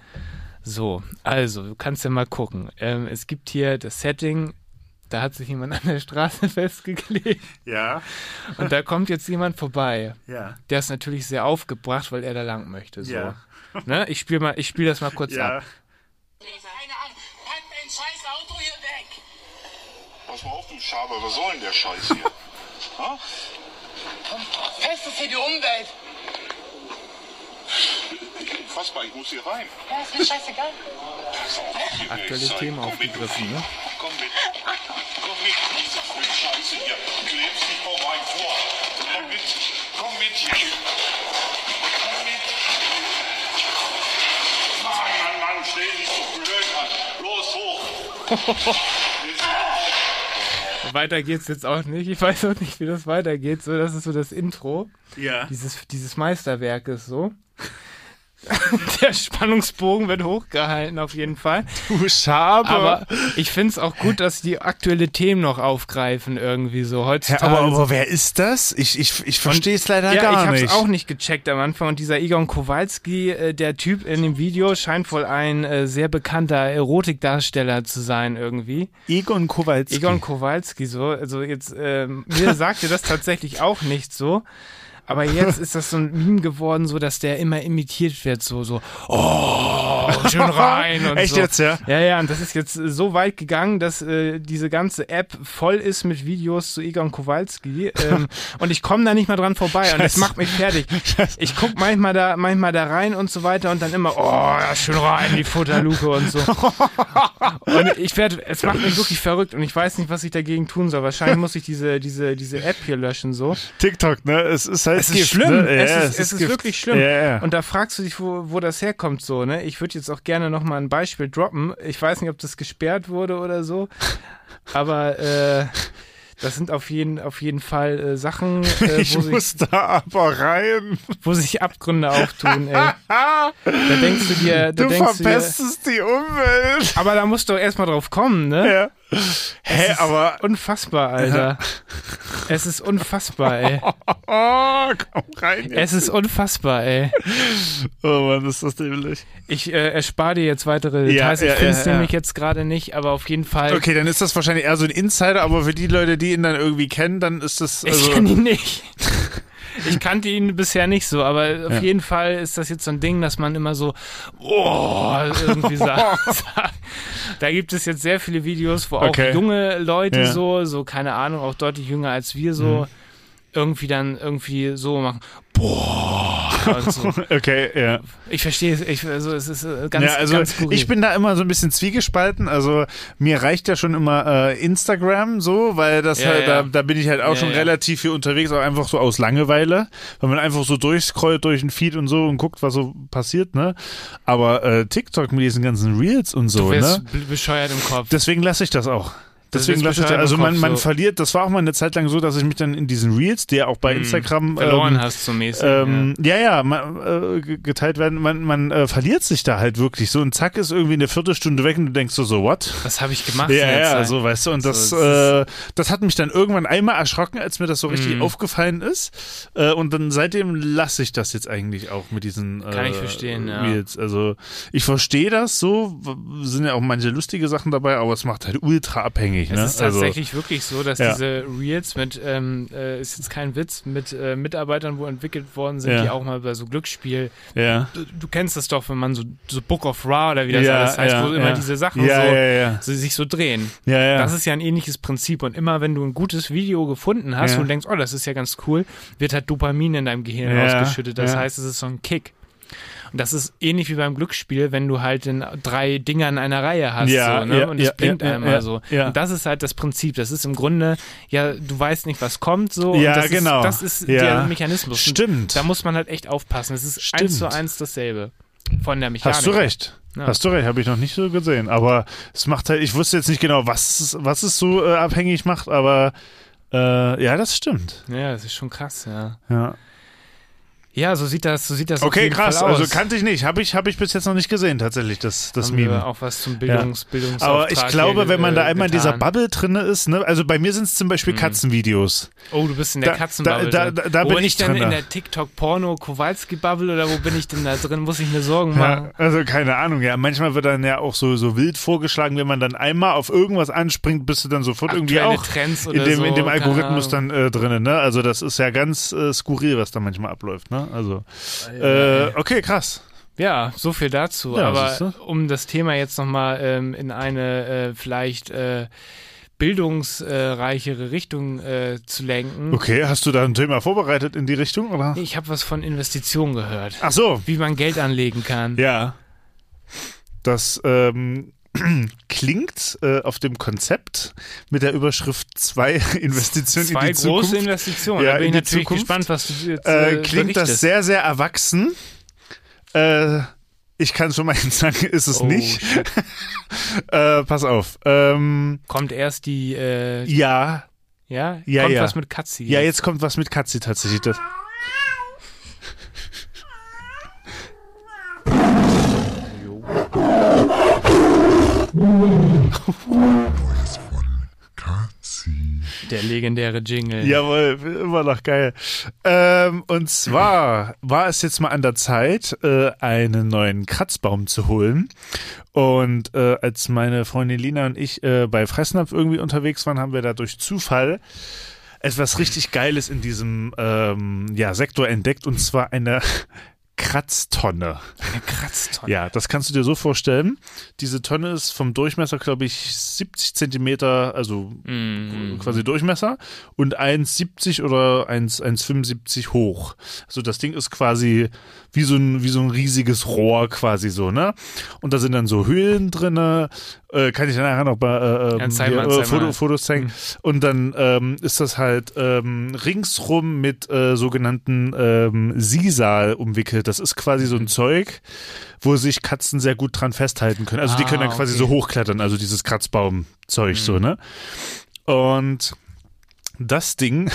So, also, du kannst ja mal gucken. Ähm, es gibt hier das Setting. Da hat sich jemand an der Straße festgeklebt.
Ja,
Und da kommt jetzt jemand vorbei.
ja.
Der ist natürlich sehr aufgebracht, weil er da lang möchte. So.
Ja.
Ne? Ich spiele mal, ich spiel das mal kurz ab.
Keine Ahnung, räumt mein scheiß Auto hier weg!
Pass mal auf, du Schaber, was soll denn der Scheiß hier? Ha?
Pest ist hier die Umwelt!
Unfassbar, ich muss hier rein.
Ja, ist mir scheißegal.
Pass auf, mach hier
Aktuelle
nichts sein.
Themen
Komm mit, du
aufgegriffen, ne?
Vieh. Komm mit. Komm mit, diese blöde Scheiße hier. Klebst dich vor meinem vor. Komm mit, komm mit hier. Komm mit. Mann, Mann, Mann, stell dich so blöd an. Los, hoch. Jetzt hoch.
Weiter geht's jetzt auch nicht. Ich weiß auch nicht, wie das weitergeht. So, das ist so das Intro
Ja.
dieses, dieses Meisterwerkes so. Der Spannungsbogen wird hochgehalten auf jeden Fall.
Du Schaber.
Aber ich finde es auch gut, dass die aktuelle Themen noch aufgreifen irgendwie so
ja,
heutzutage.
aber, aber wer ist das? Ich, ich, ich verstehe es leider
ja,
gar
ich hab's
nicht.
auch nicht gecheckt am Anfang. Und dieser Egon Kowalski, äh, der Typ in dem Video, scheint wohl ein äh, sehr bekannter Erotikdarsteller zu sein irgendwie.
Egon Kowalski.
Egon Kowalski so. Also jetzt, ähm, mir sagte das tatsächlich auch nicht so. Aber jetzt ist das so ein Meme geworden, so dass der immer imitiert wird, so, so, oh, schön rein und
Echt
so.
jetzt, ja?
Ja, ja, und das ist jetzt äh, so weit gegangen, dass äh, diese ganze App voll ist mit Videos zu Egon Kowalski. Ähm, und ich komme da nicht mal dran vorbei und das
Scheiße.
macht mich fertig. Ich guck manchmal da, manchmal da rein und so weiter und dann immer, oh, ja, schön rein, die Futterluke und so. Und ich werde, es macht mich wirklich verrückt und ich weiß nicht, was ich dagegen tun soll. Wahrscheinlich muss ich diese, diese, diese App hier löschen, so.
TikTok, ne? Es ist halt
Es
Gift,
ist schlimm.
Ne? Ja,
es ist, es ist
Gift.
wirklich schlimm.
Ja, ja.
Und da fragst du dich, wo, wo das herkommt, so, ne? Ich würde jetzt auch gerne nochmal ein Beispiel droppen. Ich weiß nicht, ob das gesperrt wurde oder so. Aber äh, das sind auf jeden, auf jeden Fall äh, Sachen, äh,
ich
wo, sich,
muss da aber rein.
wo sich Abgründe auftun, ey. Da denkst du dir, da
Du
denkst du dir.
verpestest die Umwelt.
Aber da musst du erstmal drauf kommen, ne?
Ja. Hä, aber.
Unfassbar, Alter. es ist unfassbar, ey.
Oh, komm rein. Jetzt.
Es ist unfassbar, ey.
Oh Mann, ist das dämlich.
Ich äh, erspare dir jetzt weitere
Ja,
Details.
ja,
ich finde es
ja, ja.
nämlich jetzt gerade nicht, aber auf jeden Fall.
Okay, dann ist das wahrscheinlich eher so ein Insider, aber für die Leute, die ihn dann irgendwie kennen, dann ist das. Also,
Ich kenne ihn nicht. Ich kannte ihn bisher nicht so, aber auf jeden Fall ist das jetzt so ein Ding, dass man immer so, oh, irgendwie sagt. sagt. da gibt es jetzt sehr viele Videos, wo auch
Okay.
junge Leute
Ja. Mhm.
so, so, keine Ahnung, auch deutlich jünger als wir so, irgendwie dann irgendwie so machen, boah, und so.
Okay, ja.
Ich verstehe es, ich, also es ist äh, ganz,
ja, also
ganz skurril.
ich bin da immer so ein bisschen zwiegespalten. Also mir reicht ja schon immer äh, Instagram so, weil das
Ja,
halt,
ja.
Da, da bin ich halt auch
Ja,
schon
ja.
relativ viel unterwegs, auch einfach so aus Langeweile, weil man einfach so durchscrollt durch den Feed und so und guckt, was so passiert, ne? Aber äh, TikTok mit diesen ganzen Reels und so,
Du wärst
ne?
bl- bescheuert im Kopf.
Deswegen lasse ich das auch.
Das
Deswegen
ist
lasse ich das.
Bescheid
Also
im
man,
Kopf,
man
so.
verliert, das war auch mal eine Zeit lang so, dass ich mich dann in diesen Reels, der auch bei Instagram
Hm. verloren
ähm,
hast, so mäßig.
ähm, ja, ja, man, äh, ge- geteilt werden, man, man äh, verliert sich da halt wirklich so und zack ist irgendwie eine Viertelstunde weg und du denkst so, so what?
ja. Was habe ich gemacht? in
Ja,
der
ja,
Zeit?
so weißt du, und das,
So, es
äh, das hat mich dann irgendwann einmal erschrocken, als mir das so
Mhm.
richtig aufgefallen ist. Äh, und dann seitdem lasse ich das jetzt eigentlich auch mit diesen äh,
Kann ich verstehen, ja.
Reels. Also ich verstehe das so, w- sind ja auch manche lustige Sachen dabei, aber es macht halt ultra abhängig. Ne?
Es ist tatsächlich wirklich so, dass
Ja.
diese Reels mit, ähm, äh, ist jetzt kein Witz, mit äh, Mitarbeitern, wo entwickelt worden sind,
Ja.
die auch mal bei so Glücksspiel,
also, ja.
du, du kennst das doch, wenn man so, so Book of Ra oder wie das
ja,
alles heißt,
ja,
wo immer
ja.
diese Sachen
ja,
so,
ja, ja.
so sich so drehen.
ja, ja.
Das ist ja ein ähnliches Prinzip und immer wenn du ein gutes Video gefunden hast
Ja.
und denkst, oh, das ist ja ganz cool, wird halt Dopamin in deinem Gehirn
Ja,
ausgeschüttet. Das
ja.
heißt, es ist so ein Kick. Und das ist ähnlich wie beim Glücksspiel, wenn du halt in drei Dinger in einer Reihe hast.
Ja,
so, ne?
ja,
und es
ja,
blinkt
ja, ja,
einmal
ja,
so.
ja.
Und das ist halt das Prinzip. Das ist im Grunde, ja, du weißt nicht, was kommt so.
Ja,
und das
genau.
Ist, das ist
Ja.
der Mechanismus. Und
Stimmt.
Da muss man halt echt aufpassen. Es ist
Stimmt.
eins zu eins dasselbe von der Mechanik.
Hast du recht.
Ja.
Hast du recht, habe ich noch nicht so gesehen. Aber es macht halt, ich wusste jetzt nicht genau, was, es- was es so äh, abhängig macht, aber äh, ja, das stimmt.
Ja, das ist schon krass, ja.
Ja.
Ja, so sieht das, so sieht das auf
Okay,
jeden
krass.
Fall aus.
Also kannte ich nicht. Habe ich, hab ich bis jetzt noch nicht gesehen, tatsächlich, das, das
Haben
Meme.
wir auch was zum Bildungs Bildungsauftrag
Aber ich glaube,
hier,
wenn man da
äh,
einmal in dieser
getan. Mhm.
Bubble drin ist, ne, also bei mir sind es zum Beispiel Katzenvideos.
Oh, du bist in der
Da-
Katzenbubble.
da-
drin.
da- da
wo
bin
bin
ich
ich denn
drin,
in
da.
der TikTok-Porno-Kowalski-Bubble oder wo bin ich denn da drin? Muss ich mir Sorgen
Ja,
machen?
also keine Ahnung, ja. Manchmal wird dann ja auch so, so wild vorgeschlagen, wenn man dann einmal auf irgendwas anspringt, bist du dann sofort irgendwie
Aktuelle
auch
Trends
in
oder
dem,
so,
in dem
keine
Algorithmus
Ahnung.
dann äh, drinnen, ne? Also das ist ja ganz äh, skurril, was da manchmal abläuft, ne? Also äh, okay, krass.
Ja, so viel dazu.
Ja,
Aber
siehste.
um das Thema jetzt nochmal ähm, in eine äh, vielleicht äh, bildungsreichere Richtung äh, zu lenken.
Okay, hast du da ein Thema vorbereitet in die Richtung, oder?
Ich habe was von Investitionen gehört.
Ach so,
Wie man Geld anlegen kann.
Ja. Das ähm, klingt äh, auf dem Konzept mit der Überschrift zwei Investitionen
Zwei
in die
große
Zukunft.
Investitionen.
Ja,
da bin
in
ich
die
natürlich
Zukunft.
gespannt, was du jetzt äh,
äh, klingt das
berichtest.
sehr, sehr erwachsen. Äh, ich kann schon mal sagen, ist es
Oh,
nicht. äh, pass auf. Ähm,
Kommt erst die, äh,
ja,
ja?
Ja,
Kommt
ja.
was mit Katzi.
ja, jetzt kommt was mit Katzi tatsächlich. Das.
Der legendäre Jingle.
Jawohl, immer noch geil. Ähm, und zwar war es jetzt mal an der Zeit, äh, einen neuen Kratzbaum zu holen. Und äh, als meine Freundin Lina und ich äh, bei Fressnapf irgendwie unterwegs waren, haben wir da durch Zufall etwas richtig Geiles in diesem ähm, ja, Sektor entdeckt und zwar eine Kratztonne.
Eine Kratztonne.
Ja, das kannst du dir so vorstellen. Diese Tonne ist vom Durchmesser, glaube ich, 70 Zentimeter, also
Mhm.
quasi Durchmesser und 1,70 oder 1 1,75 hoch. Also das Ding ist quasi wie so ein, wie so ein riesiges Rohr quasi so, ne? Und da sind dann so Höhlen drinne. Äh, kann ich dann nachher noch bei äh,
Ja,
ähm,
zeig mal,
hier, äh,
zeig mal. Mhm.
Foto, Fotos zeigen. Und dann ähm, ist das halt ähm, ringsrum mit äh, sogenannten ähm, Sisal umwickelt. Das ist quasi
Mhm.
so ein Zeug, wo sich Katzen sehr gut dran festhalten können. Also die
Ah,
können dann quasi
okay.
so hochklettern, also dieses Kratzbaumzeug so, ne? Und das Ding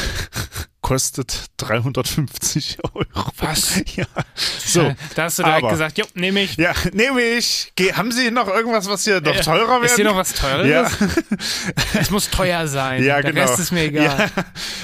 kostet 350 Euro.
Was?
Ja. So.
Da hast du direkt
aber-
gesagt, jo, nehme ich.
Ja, nehme ich. Geh, haben Sie noch irgendwas, was hier noch teurer wird?
Äh, Ist hier noch was Teures?
Ja,
Es muss teuer sein.
ja
Der
genau.
Rest ist mir egal.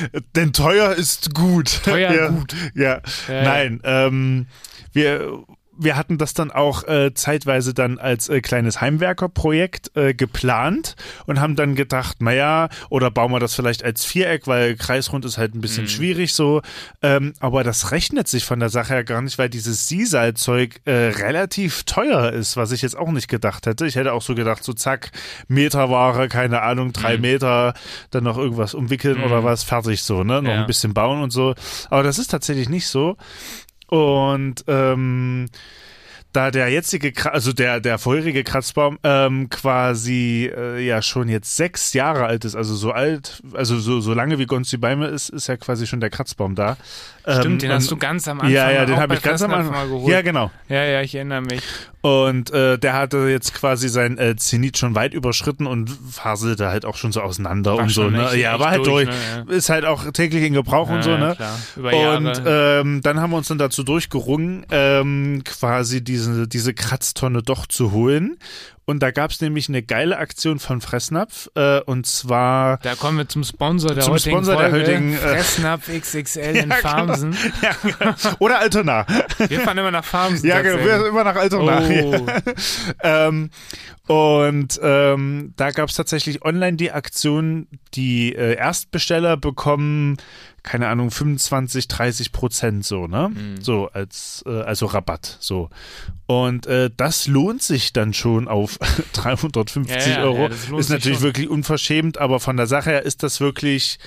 Ja, denn teuer ist gut.
Teuer
ja,
gut.
Ja.
Ja,
Nein, ähm, wir, wir hatten das dann auch äh, zeitweise dann als äh, kleines Heimwerkerprojekt äh, geplant und haben dann gedacht, naja, oder bauen wir das vielleicht als Viereck, weil kreisrund ist halt ein
Mhm.
bisschen schwierig so. Ähm, aber das rechnet sich von der Sache her gar nicht, weil dieses Sisal-Zeug äh, relativ teuer ist, was ich jetzt auch nicht gedacht hätte. Ich hätte auch so gedacht, so zack, Meterware, keine Ahnung,
Mhm.
drei Meter, dann noch irgendwas umwickeln oder was, fertig so, ne? Noch
Ja.
ein bisschen bauen und so. Aber das ist tatsächlich nicht so. Und ähm, da der jetzige, Kra- also der, der vorherige Kratzbaum ähm, quasi äh, ja schon jetzt sechs Jahre alt ist, also so alt, also so, so lange wie Gonzi bei mir ist, ist ja quasi schon der Kratzbaum da. Ähm,
Stimmt, den
und-
hast du ganz am Anfang
Ja, ja, den
auch
habe
bei
ich ganz am
Fressnapf
Anfang.
mal geholt.
Ja, genau.
Ja, ja, ich erinnere mich.
Und äh, der hatte jetzt quasi sein äh, Zenit schon weit überschritten und faselte halt auch schon so auseinander
War
und so.
schon
Ne?
echt-
Ja,
echt
war halt durch.
durch, ne?
Ist halt auch täglich in Gebrauch und
Ja,
so,
ja,
ne?
klar. Über
und
Jahre.
ähm, dann haben wir uns dann dazu durchgerungen, ähm, quasi diese, diese Kratztonne doch zu holen. Und da gab es nämlich eine geile Aktion von Fressnapf. Äh, und zwar
Da kommen wir zum Sponsor der
Zum
heutigen
Sponsor der
Folge.
heutigen, äh, genau.
Fressnapf XXL in Farmsen.
ja, genau. oder Altona.
Wir fahren immer nach Farmsen.
Ja, genau. Wir
tatsächlich.
sind immer nach Altona.
Oh,
ähm, und ähm, da gab es tatsächlich online die Aktion, die äh, Erstbesteller bekommen, keine Ahnung, 25, 30 Prozent so, ne?
Mhm.
So, als äh, also Rabatt. So. Und äh, das lohnt sich dann schon auf 350
Ja, ja,
Euro.
ja, das lohnt
ist
sich
natürlich
schon.
wirklich unverschämt, aber von der Sache her ist das wirklich,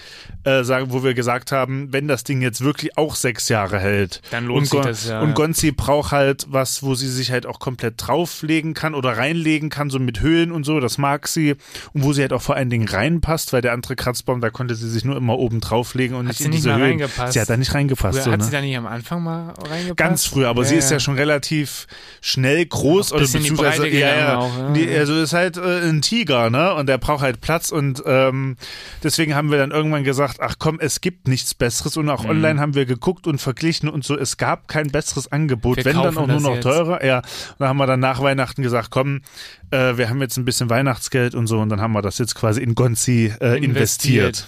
äh, sagen, wo wir gesagt haben, wenn das Ding jetzt wirklich auch sechs Jahre hält,
Dann lohnt
und
sich
Gon-
das, ja,
Und
ja.
Gonzi braucht halt was, wo sie sich halt auch komplett drauflegen kann oder reinlegen kann, fahren, so mit Höhlen und so, das mag sie. Und wo sie halt auch vor allen Dingen reinpasst, weil der andere Kratzbaum, da konnte sie sich nur immer oben drauflegen und
Hat
nicht
sie
in
nicht
diese
mal
Höhlen.
reingepasst?
Sie hat da nicht reingepasst.
Früher
So,
hat sie
ne?
da nicht am Anfang mal reingepasst?
Ganz früh, aber sie ist ja schon relativ schnell groß
Noch
oder
bis in die
beziehungsweise
Breite
ja,
gegangen
ja,
auch, ja.
Nee, also ist halt äh, ein Tiger, ne? Und der braucht halt Platz und ähm, deswegen haben wir dann irgendwann gesagt, ach komm, es gibt nichts Besseres und auch
Mhm.
online haben wir geguckt und verglichen und so, es gab kein besseres Angebot,
Wir
wenn dann
kaufen
auch nur
das
noch
jetzt.
teurer. Ja, und dann haben wir dann nach Weihnachten gesagt, komm, äh, wir haben jetzt ein bisschen Weihnachtsgeld und so und dann haben wir das jetzt quasi in Gonzi äh, investiert.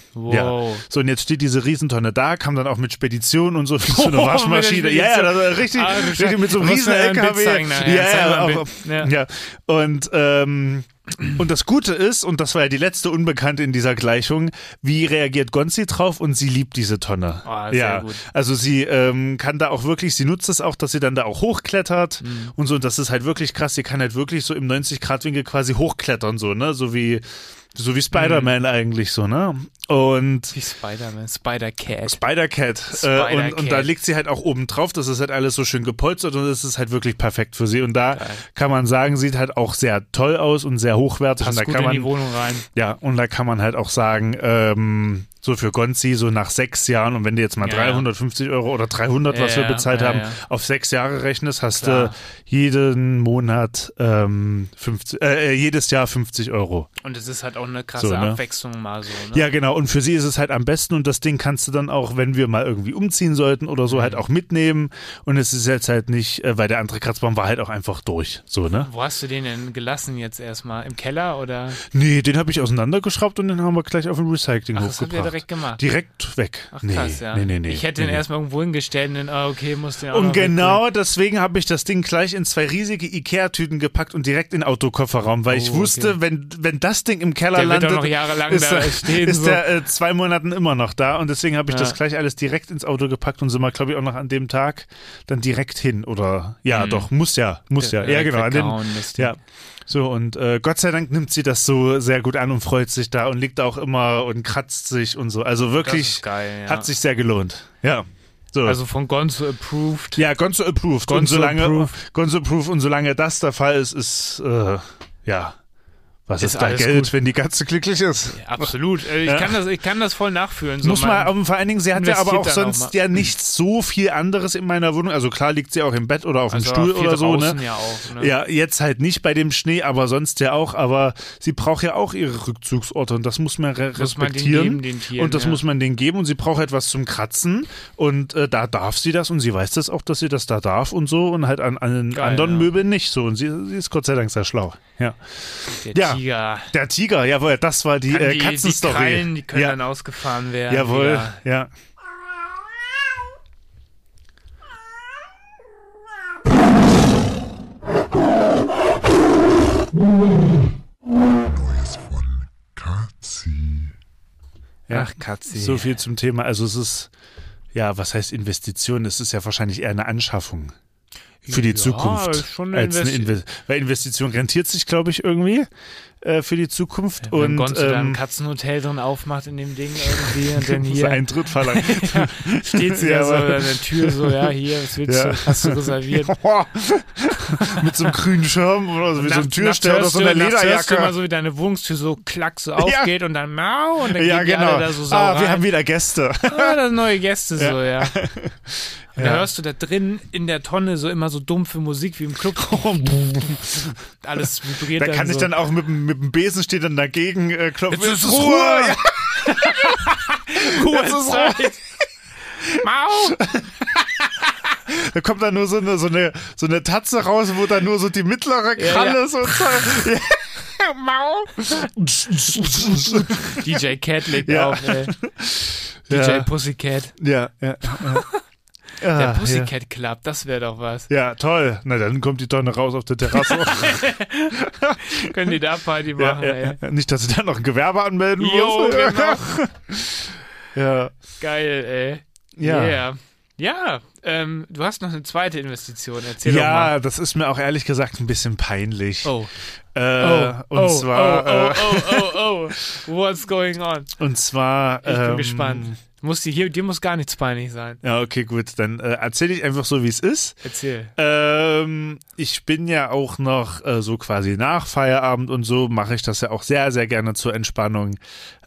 Investiert.
Ja.
Wow.
So und jetzt steht diese Riesentonne da, kam dann auch mit Spedition und so, so eine
Oh,
Waschmaschine.
wenn das
Ja, ja,
jetzt
das
so-
war richtig,
Ah, du
richtig
Schei-
mit so einem
Muss
riesen
man ja ein Bild
LKW.
zeigen ne? nachher.
ja,
Zeig
ja,
mal ein
auch, ja.
Bild. Ja.
Und ähm, und das Gute ist, und das war ja die letzte Unbekannte in dieser Gleichung, wie reagiert Gonzi drauf und sie liebt diese Tonne.
Ah, sehr
ja,
gut.
also sie ähm, kann da auch wirklich, sie nutzt es auch, dass sie dann da auch hochklettert
Mhm.
und so, und das ist halt wirklich krass, sie kann halt wirklich so im 90-Grad-Winkel quasi hochklettern, so, ne? So wie, so wie
Mhm.
Spider-Man eigentlich so, ne? Und
Wie Spider-Man, Spider-Cat.
Spider-Cat. äh, und, und
Spider-Cat.
da liegt sie halt auch oben drauf. Das ist halt alles so schön gepolstert und es ist halt wirklich perfekt für sie. Und da kann man sagen, sieht halt auch sehr toll aus und sehr hochwertig.
Passt
und da
gut
kann
in
man,
die Wohnung rein.
ja, und da kann man halt auch sagen, ähm, so für Gonzi, so nach sechs Jahren, und wenn du jetzt mal
Ja, ja.
350 Euro oder 300, was
Ja,
wir
ja,
bezahlt
ja,
haben,
ja.
auf sechs Jahre rechnest, hast du
Klar.
jeden Monat ähm, 50, äh, jedes Jahr 50 Euro.
Und es ist halt auch eine krasse
So, ne?
Abwechslung mal so. Ne?
Ja, genau. Und für sie ist es halt am besten. Und das Ding kannst du dann auch, wenn wir mal irgendwie umziehen sollten oder so,
Mhm.
halt auch mitnehmen. Und es ist jetzt halt nicht, äh, weil der andere Kratzbaum war halt auch einfach durch. So, ne?
Wo hast du den denn gelassen jetzt erstmal? Im Keller oder?
Nee, den habe ich auseinandergeschraubt und den haben wir gleich auf den Recycling
Ach, das habt
hochgebracht.
ihr direkt gemacht.
Direkt weg.
Ach
nee,
krass, ja.
nee, nee, nee.
ich hätte
nee,
den
nee.
erstmal irgendwo hingestellt und dann, ah, okay, muss den auch
Und
noch
genau deswegen habe ich das Ding gleich in zwei riesige Ikea-Tüten gepackt und direkt in den Autokofferraum, weil ich
Oh, okay.
wusste, wenn, wenn das Ding im Keller
Der wird auch
landet,
noch jahrelang
ist,
da
der,
stehen,
ist
so.
der äh, zwei Monaten immer noch da und deswegen habe ich
Ja.
das gleich alles direkt ins Auto gepackt und sind wir, glaube ich, auch noch an dem Tag dann direkt hin oder
Mhm.
ja, doch, muss ja, muss ja,
Direkt
ja, genau. An den,
weggehauen, das Ding.
ja. So, und äh, Gott sei Dank nimmt sie das so sehr gut an und freut sich da und liegt da auch immer und kratzt sich und so. Also wirklich
ist geil, ja.
hat sich sehr gelohnt. Ja. So.
Also von Gonzo approved.
Ja, Gonzo approved. und
Gonzo
solange,
approved.
Gonzo approved. Und solange das der Fall ist, ist, äh, ja, was ist,
Ist
da
alles
Geld,
gut.
wenn die Katze glücklich ist?
Absolut. Äh, Ich,
Ja.
kann das, ich kann das voll nachfühlen. So
Muss man,
man,
aber vor allen Dingen, sie hat ja aber auch
investiert dann auch
sonst
mal.
ja nicht so viel anderes in meiner Wohnung. Also klar liegt sie auch im Bett oder auf
Also
dem Stuhl oder so, ne?
Ja, auch, ne?
Ja, jetzt halt nicht bei dem Schnee, aber sonst ja auch. Aber sie braucht ja auch ihre Rückzugsorte und das muss man re
Muss man denen
respektieren.
geben, den Tieren,
und das
ja.
muss man denen geben und sie braucht etwas zum Kratzen und äh, da darf sie das und sie weiß das auch, dass sie das da darf und so und halt an, an
Geil,
anderen
ja.
Möbeln nicht so. Und sie, sie ist Gott sei Dank sehr schlau. Ja.
Der
ja.
Tiger.
Der Tiger, jawohl, das war die,
Kann
äh,
die, die
Katzenstory.
Krallen, die können
ja.
dann ausgefahren werden.
Jawohl,
Digga.
ja. Ja.
Ach, Katzi.
So viel zum Thema. Also es ist, ja, was heißt Investition? Es ist ja wahrscheinlich eher eine Anschaffung für die
Ja,
Zukunft.
ist schon eine
als eine
Investi-
Inve- Weil Investition rentiert sich, glaube ich, irgendwie äh, für die Zukunft.
Wenn
und
Gonzo da ein
ähm,
Katzenhotel drin aufmacht in dem Ding irgendwie und dann
muss
hier
Eintritt verlangen.
steht sie
Ja,
ja so
aber-
an der Tür so, ja, hier, was willst
Ja.
du, hast du reserviert.
Mit so einem grünen Schirm oder so, wie so einem
Nachts- nachts
Türsteher oder
hörst
so einer
du- nachts hörst du immer
Lederjacke.
so, wie deine Wohnungstür so klack so aufgeht und dann mau und dann
ja,
gehen die alle
genau.
da so sauer
ah, wir
rein.
haben wieder Gäste.
Ah, das sind neue Gäste so, ja. Und da
Ja.
hörst du da drin in der Tonne so immer so dumpfe Musik wie im Club. Alles vibriert
Oh, Da kann
dann
ich
so.
dann auch mit, dem- mit dem Besen stehen dann dagegen äh, klopfen.
Jetzt ist es Ruhe! Ruhe
Jetzt ist
Zeit! Mau!
Da kommt dann nur so eine, so eine, so eine Tatze raus, wo dann nur so die mittlere Kralle
ja.
so.
Mau! DJ Cat legt
Ja.
auf, ey. DJ
Ja.
Pussycat.
Ja, ja.
Der
Ah, ja.
Pussycat Club, das wäre doch was.
Ja, toll. Na, dann kommt die Tonne raus auf der Terrasse.
Können die da Party
ja,
machen,
ja,
ey.
ja. Nicht, dass du da noch ein Gewerbe anmelden
Jo,
musst.
genau.
Ja.
Geil, ey.
Ja.
Yeah. Ja, ähm, du hast noch eine zweite Investition. Erzähl doch mal.
ja, das ist mir auch ehrlich gesagt ein bisschen peinlich.
Oh.
Äh,
oh,
und,
oh,
zwar,
Oh, oh, oh, oh, oh, What's going on?
Äh, und zwar.
Ich bin
ähm,
gespannt. Muss die, hier, dir muss gar nichts peinlich sein.
Ja, okay, gut. Dann äh, erzähle ich einfach so, wie es ist.
Erzähl.
Ähm, ich bin ja auch noch äh, so quasi nach Feierabend und so mache ich das ja auch sehr, sehr gerne zur Entspannung.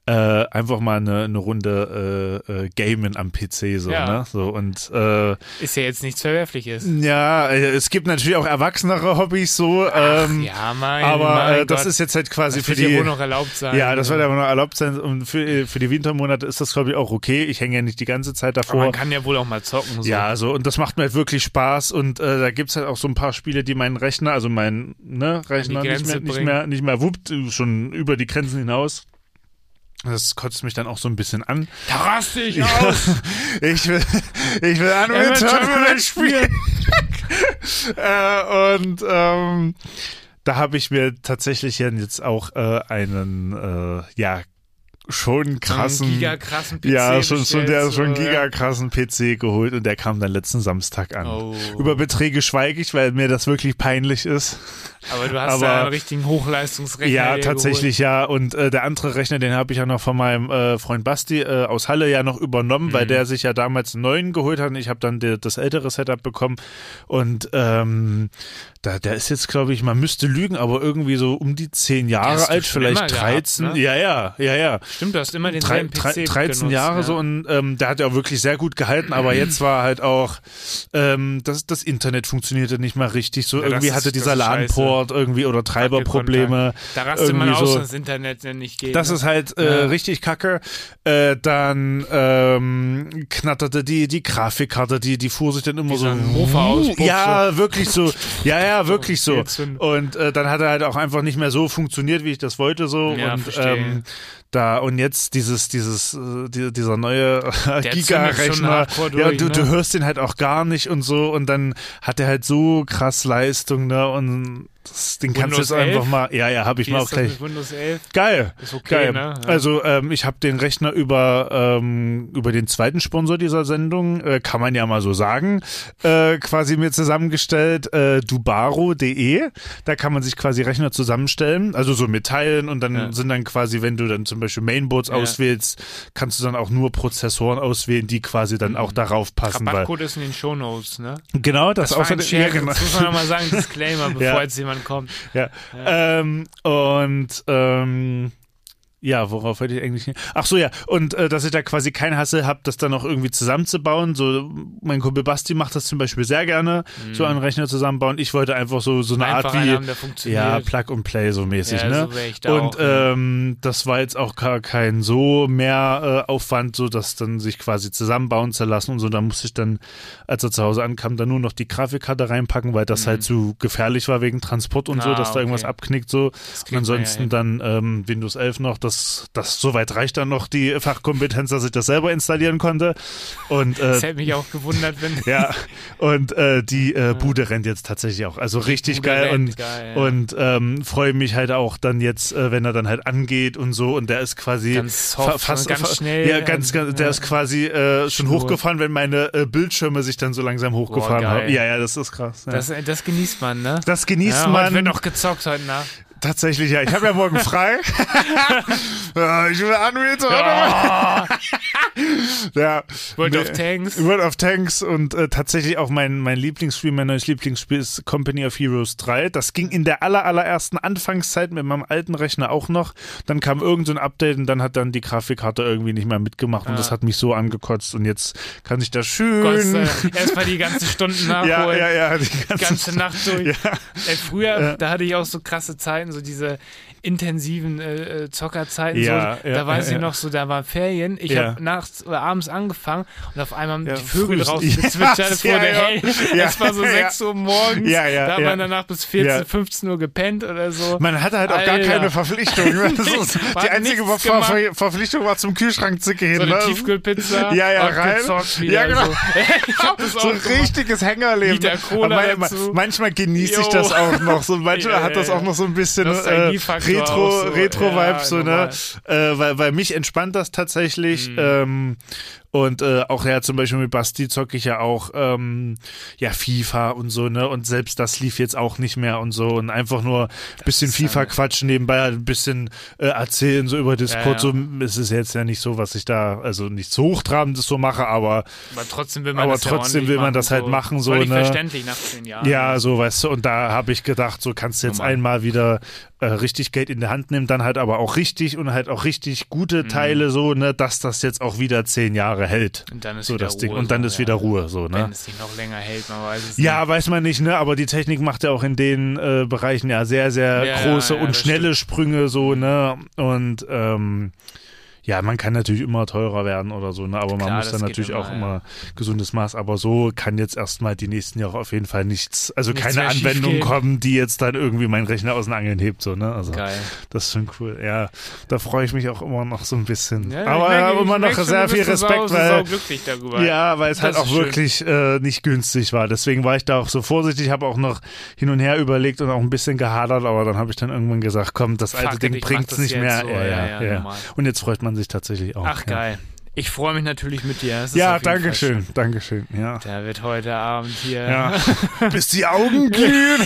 Äh, einfach mal eine, eine Runde äh, äh, Gamen am PC so,
Ja.
ne? So und äh,
Ist ja jetzt nichts Verwerfliches.
ja, äh, es gibt natürlich auch erwachsenere Hobbys so, ähm,
ja, mein,
aber
mein
äh, das
Gott.
ist jetzt halt quasi
das
für
wird ja
die
wohl noch erlaubt sein.
ja, das wird aber noch erlaubt sein und für, für die Wintermonate ist das glaube ich auch okay. Ich hänge ja nicht die ganze Zeit
Aber
davor.
man kann ja wohl auch mal zocken. So.
Ja, so und das macht mir halt wirklich Spaß und äh, da gibt's halt auch so ein paar Spiele, die meinen Rechner, also meinen ne, Rechner nicht
Grenze
mehr, nicht
bringen.
mehr nicht mehr wuppt, äh, schon über die Grenzen hinaus. Das kotzt mich dann auch so ein bisschen an.
Da raste ich aus.
ich will, ich will Unreal
Unreal
Tournament
Tournament
spielen. äh, und ähm, da habe ich mir tatsächlich dann jetzt auch äh, einen, äh, ja, schon krassen,
gigakrassen PC
ja, schon, schon
bestellt,
der
so,
schon
ja.
gigakrassen PC geholt und der kam dann letzten Samstag an.
Oh.
Über Beträge schweige ich, weil mir das wirklich peinlich ist.
Aber du hast
Aber-
da einen richtigen Hochleistungsrechner.
Ja,
dir
tatsächlich
Geholt.
ja. Und äh, der andere Rechner, den habe ich ja noch von meinem äh, Freund Basti äh, aus Halle ja noch übernommen,
Mhm.
weil der sich ja damals einen neuen geholt hat und ich habe dann de- das ältere Setup bekommen. Und ähm, da, der ist jetzt, glaube ich, man müsste lügen, aber irgendwie so um die zehn Jahre
hast du
alt,
schon immer
vielleicht
gehabt,
13.
ne?
Ja, ja, ja, ja.
Stimmt, du hast immer
Drei,
denselben PC
drei, 13
benutzt,
Jahre
ja.
so und ähm, der hat ja auch wirklich sehr gut gehalten, aber jetzt war halt auch, ähm, das, das Internet funktionierte nicht mal richtig. So
Ja, das
irgendwie
ist-
hatte
das
dieser
ist scheiße.
LAN-Port irgendwie oder Treiberprobleme.
Da rastet man
irgendwie
aus,
so.
dass das Internet ja nicht geht.
Das
ne?
ist halt äh,
Ja.
richtig kacke. Äh, dann ähm, knatterte die, die Grafikkarte, die, die fuhr sich dann immer
so
so.
ein Mofa-Auspuff,
ja, wirklich so. Ja, ja, wirklich so.
Blödsinn.
Und äh, dann hat er halt auch einfach nicht mehr so funktioniert, wie ich das wollte. so
Ja,
Und
verstehe.
ähm, da und jetzt dieses, dieses, äh, die, dieser neue
zündet schon
Giga-Rechner.
hardcore durch,
Ja, du, du
ne?
hörst den halt auch gar nicht und so. Und dann hat er halt so krass Leistung, ne? Und das, den kannst du
Windows
jetzt einfach
11?
mal. Ja, ja, habe ich
Wie
mal
ist
auch
das
gleich.
mit Windows 11?
Geil.
Ist okay,
geil.
ne? Ja.
Also ähm, ich habe den Rechner über, ähm, über den zweiten Sponsor dieser Sendung, äh, kann man ja mal so sagen, äh, quasi mir zusammengestellt, äh, dubaro.de. Da kann man sich quasi Rechner zusammenstellen, also so mitteilen und dann
Ja.
sind dann quasi, wenn du dann zum Beispiel Mainboards
Ja.
auswählst, kannst du dann auch nur Prozessoren auswählen, die quasi dann auch darauf passen. Weil,
Mhm. Rabattcode ist in den Shownotes, ne?
genau, das,
Das war ein
außerdem. Ja,
Scherz.
genau.
Das muss man nochmal sagen, Disclaimer, bevor
Ja.
jetzt jemand kommt.
Ja. Ähm, und ähm, ja, worauf wollte ich eigentlich hin? Ach so, ja. Und äh, dass ich da quasi keinen Hassel habe, das dann noch irgendwie zusammenzubauen. So, mein Kumpel Basti macht das zum Beispiel sehr gerne, so einen Rechner zusammenbauen. Ich wollte einfach so, so eine
Mhm. Einfach
Art
einen
wie
haben, der funktioniert.
ja, Plug and Play so mäßig,
Ja,
ne?
so wär ich da
und
auch, ne?
ähm, das war jetzt auch gar kein so mehr äh, Aufwand, so dass dann sich quasi zusammenbauen zu lassen und so. Da musste ich dann, als er zu Hause ankam, dann nur noch die Grafikkarte reinpacken, weil das halt zu gefährlich war wegen Transport und so,
Mhm. Ah,
dass da irgendwas
okay.
abknickt so. Und
kriegt man ja
ansonsten
hin.
dann ähm, Windows 11 noch, das, das soweit reicht dann noch die Fachkompetenz, dass ich das selber installieren konnte. Und äh,
Das hätte mich auch gewundert, wenn.
ja, und äh, die äh, Bude rennt jetzt tatsächlich auch. Also richtig
Bude
geil
rennt,
und,
geil, ja.
und ähm, freue mich halt auch dann jetzt, äh, wenn er dann halt angeht und so und der ist quasi
Ganz soft
fa-
und ganz
fa-
schnell
Ja, ganz,
und,
ganz der
ja.
ist quasi äh, schon
Schnurrt.
hochgefahren, wenn meine äh, Bildschirme sich dann so langsam hochgefahren
geil.
haben. Ja, ja, das ist krass. Ja.
Das, äh, das genießt man, ne?
Das genießt
ja,
man.
Heute wird noch gezockt heute Nacht.
Tatsächlich, ja. Ich habe ja morgen frei. Ja, ich will Unreal zu ja.
World
Nee.
of Tanks.
World of Tanks und äh, tatsächlich auch mein, mein Lieblingsspiel, mein neues Lieblingsspiel ist Company of Heroes 3. Das ging in der aller, allerersten Anfangszeit mit meinem alten Rechner auch noch. Dann kam irgend so ein Update und dann hat dann die Grafikkarte irgendwie nicht mehr mitgemacht und das hat mich so angekotzt und jetzt kann ich das
Gott sei
schön...
Dank. Erstmal die ganzen Stunden nachholen.
Ja, ja, ja, die ganze,
Die ganze Nacht durch. Ey, früher, da hatte ich auch so krasse Zeiten, so diese intensiven äh, äh, Zockerzeiten.
Ja,
so.
ja,
da
ja,
weiß
ja.
ich noch so, da waren Ferien. Ich
Ja.
habe nachts oder abends angefangen und auf einmal haben
Ja,
die Vögel
früh-
rausgezwitschert
Ja,
vor
ja,
der
ja.
Hell.
Ja,
Es war so
ja.
6 Uhr morgens.
Ja, ja,
da hat
ja.
man danach bis 14,
Ja.
15 Uhr gepennt oder so.
Man hatte halt auch gar
Also Alter.
keine Verpflichtung. ne? Das ist,
Man hat
die einzige Ver
nichts
Ver
gemacht.
Verpflichtung war, zum Kühlschrank zu gehen.
so eine
ne?
Tiefkühlpizza.
Ja, ja,
und
rein.
gezockt wieder.
Ja, genau.
so. ich hab das auch
so ein
gemacht.
richtiges Hängerleben.
Liter Cola
Aber man-
dazu.
Manchmal genieße ich
Jo.
das auch noch. So, manchmal
Ja, ja,
hat das auch
ja.
noch so ein bisschen äh,
Nostalgiefaktor
Retro,
auch so.
Retro-Vibe,
Ja,
so, ne?
normal. Mhm.
Äh, weil, weil mich entspannt das tatsächlich. Ähm, Und äh, auch ja, zum Beispiel mit Basti zocke ich ja auch ähm, ja FIFA und so, ne? Und selbst das lief jetzt auch nicht mehr und so. Und einfach nur ein bisschen
ist dann-
FIFA quatschen nebenbei, ein bisschen äh, erzählen, so über Discord.
Ja, ja.
So, m- es ist jetzt ja nicht so, was ich da, also nichts Hochtrabendes so mache, aber
Aber trotzdem will man
Aber
das
trotzdem
ja ordentlich
will man
machen,
das halt
so.
machen, so,
Völlig
ne?
verständlich nach zehn Jahren.
Ja, so weißt du, und da habe ich gedacht, so kannst du jetzt
Oh Mann.
einmal wieder äh, richtig Geld in der Hand nehmen, dann halt aber auch richtig und halt auch richtig
Mhm.
gute Teile, so, ne, dass das jetzt auch wieder zehn Jahre hält.
Und dann ist
so
wieder
das Ding.
Ruhe,
und dann
so,
ist
ja.
wieder Ruhe, so,
Wenn
ne?
es sich noch länger hält, man weiß es
Ja,
nicht.
weiß man nicht, ne? Aber die Technik macht ja auch in den äh, Bereichen ja sehr, sehr
Ja,
große
ja, ja,
und
das
schnelle Sprünge, so, ne? Und ähm, ja, man kann natürlich immer teurer werden oder so, ne? Aber man
Klar,
muss dann
das geht
natürlich
immer,
auch
ja.
immer gesundes Maß. Aber so kann jetzt erstmal die nächsten Jahre auf jeden Fall nichts, also
Nichts
keine
mehr
Anwendung
schiefgehen.
kommen, die jetzt dann irgendwie meinen Rechner aus den Angeln hebt, so, ne? Also
Geil.
das ist schon cool. Ja, da freue ich mich auch immer noch so ein bisschen.
Ja, ich
Aber
merke,
ich habe
ich
immer noch
merke schon,
sehr
du
viel
bist so
Respekt,
sau-
weil
sau glücklich darüber.
ja, weil es
Das
halt auch
ist schön.
wirklich äh, nicht günstig war. Deswegen war ich da auch so vorsichtig, habe auch noch hin und her überlegt und auch ein bisschen gehadert, aber dann habe ich dann irgendwann gesagt, komm, das alte
Fuck it,
Ding
ich mach
bringt's
das
nicht
jetzt
mehr.
so,
ja, ja,
ja,
ja,
ja, normal.
Und jetzt freut man sich tatsächlich auch.
Ach, geil. Ich freue mich natürlich mit dir. Es ist
Ja, ja
auf jeden Fall
danke schön, danke schön. Ja.
schön. Da wird heute Abend hier.
Ja. Bis die Augen glühen.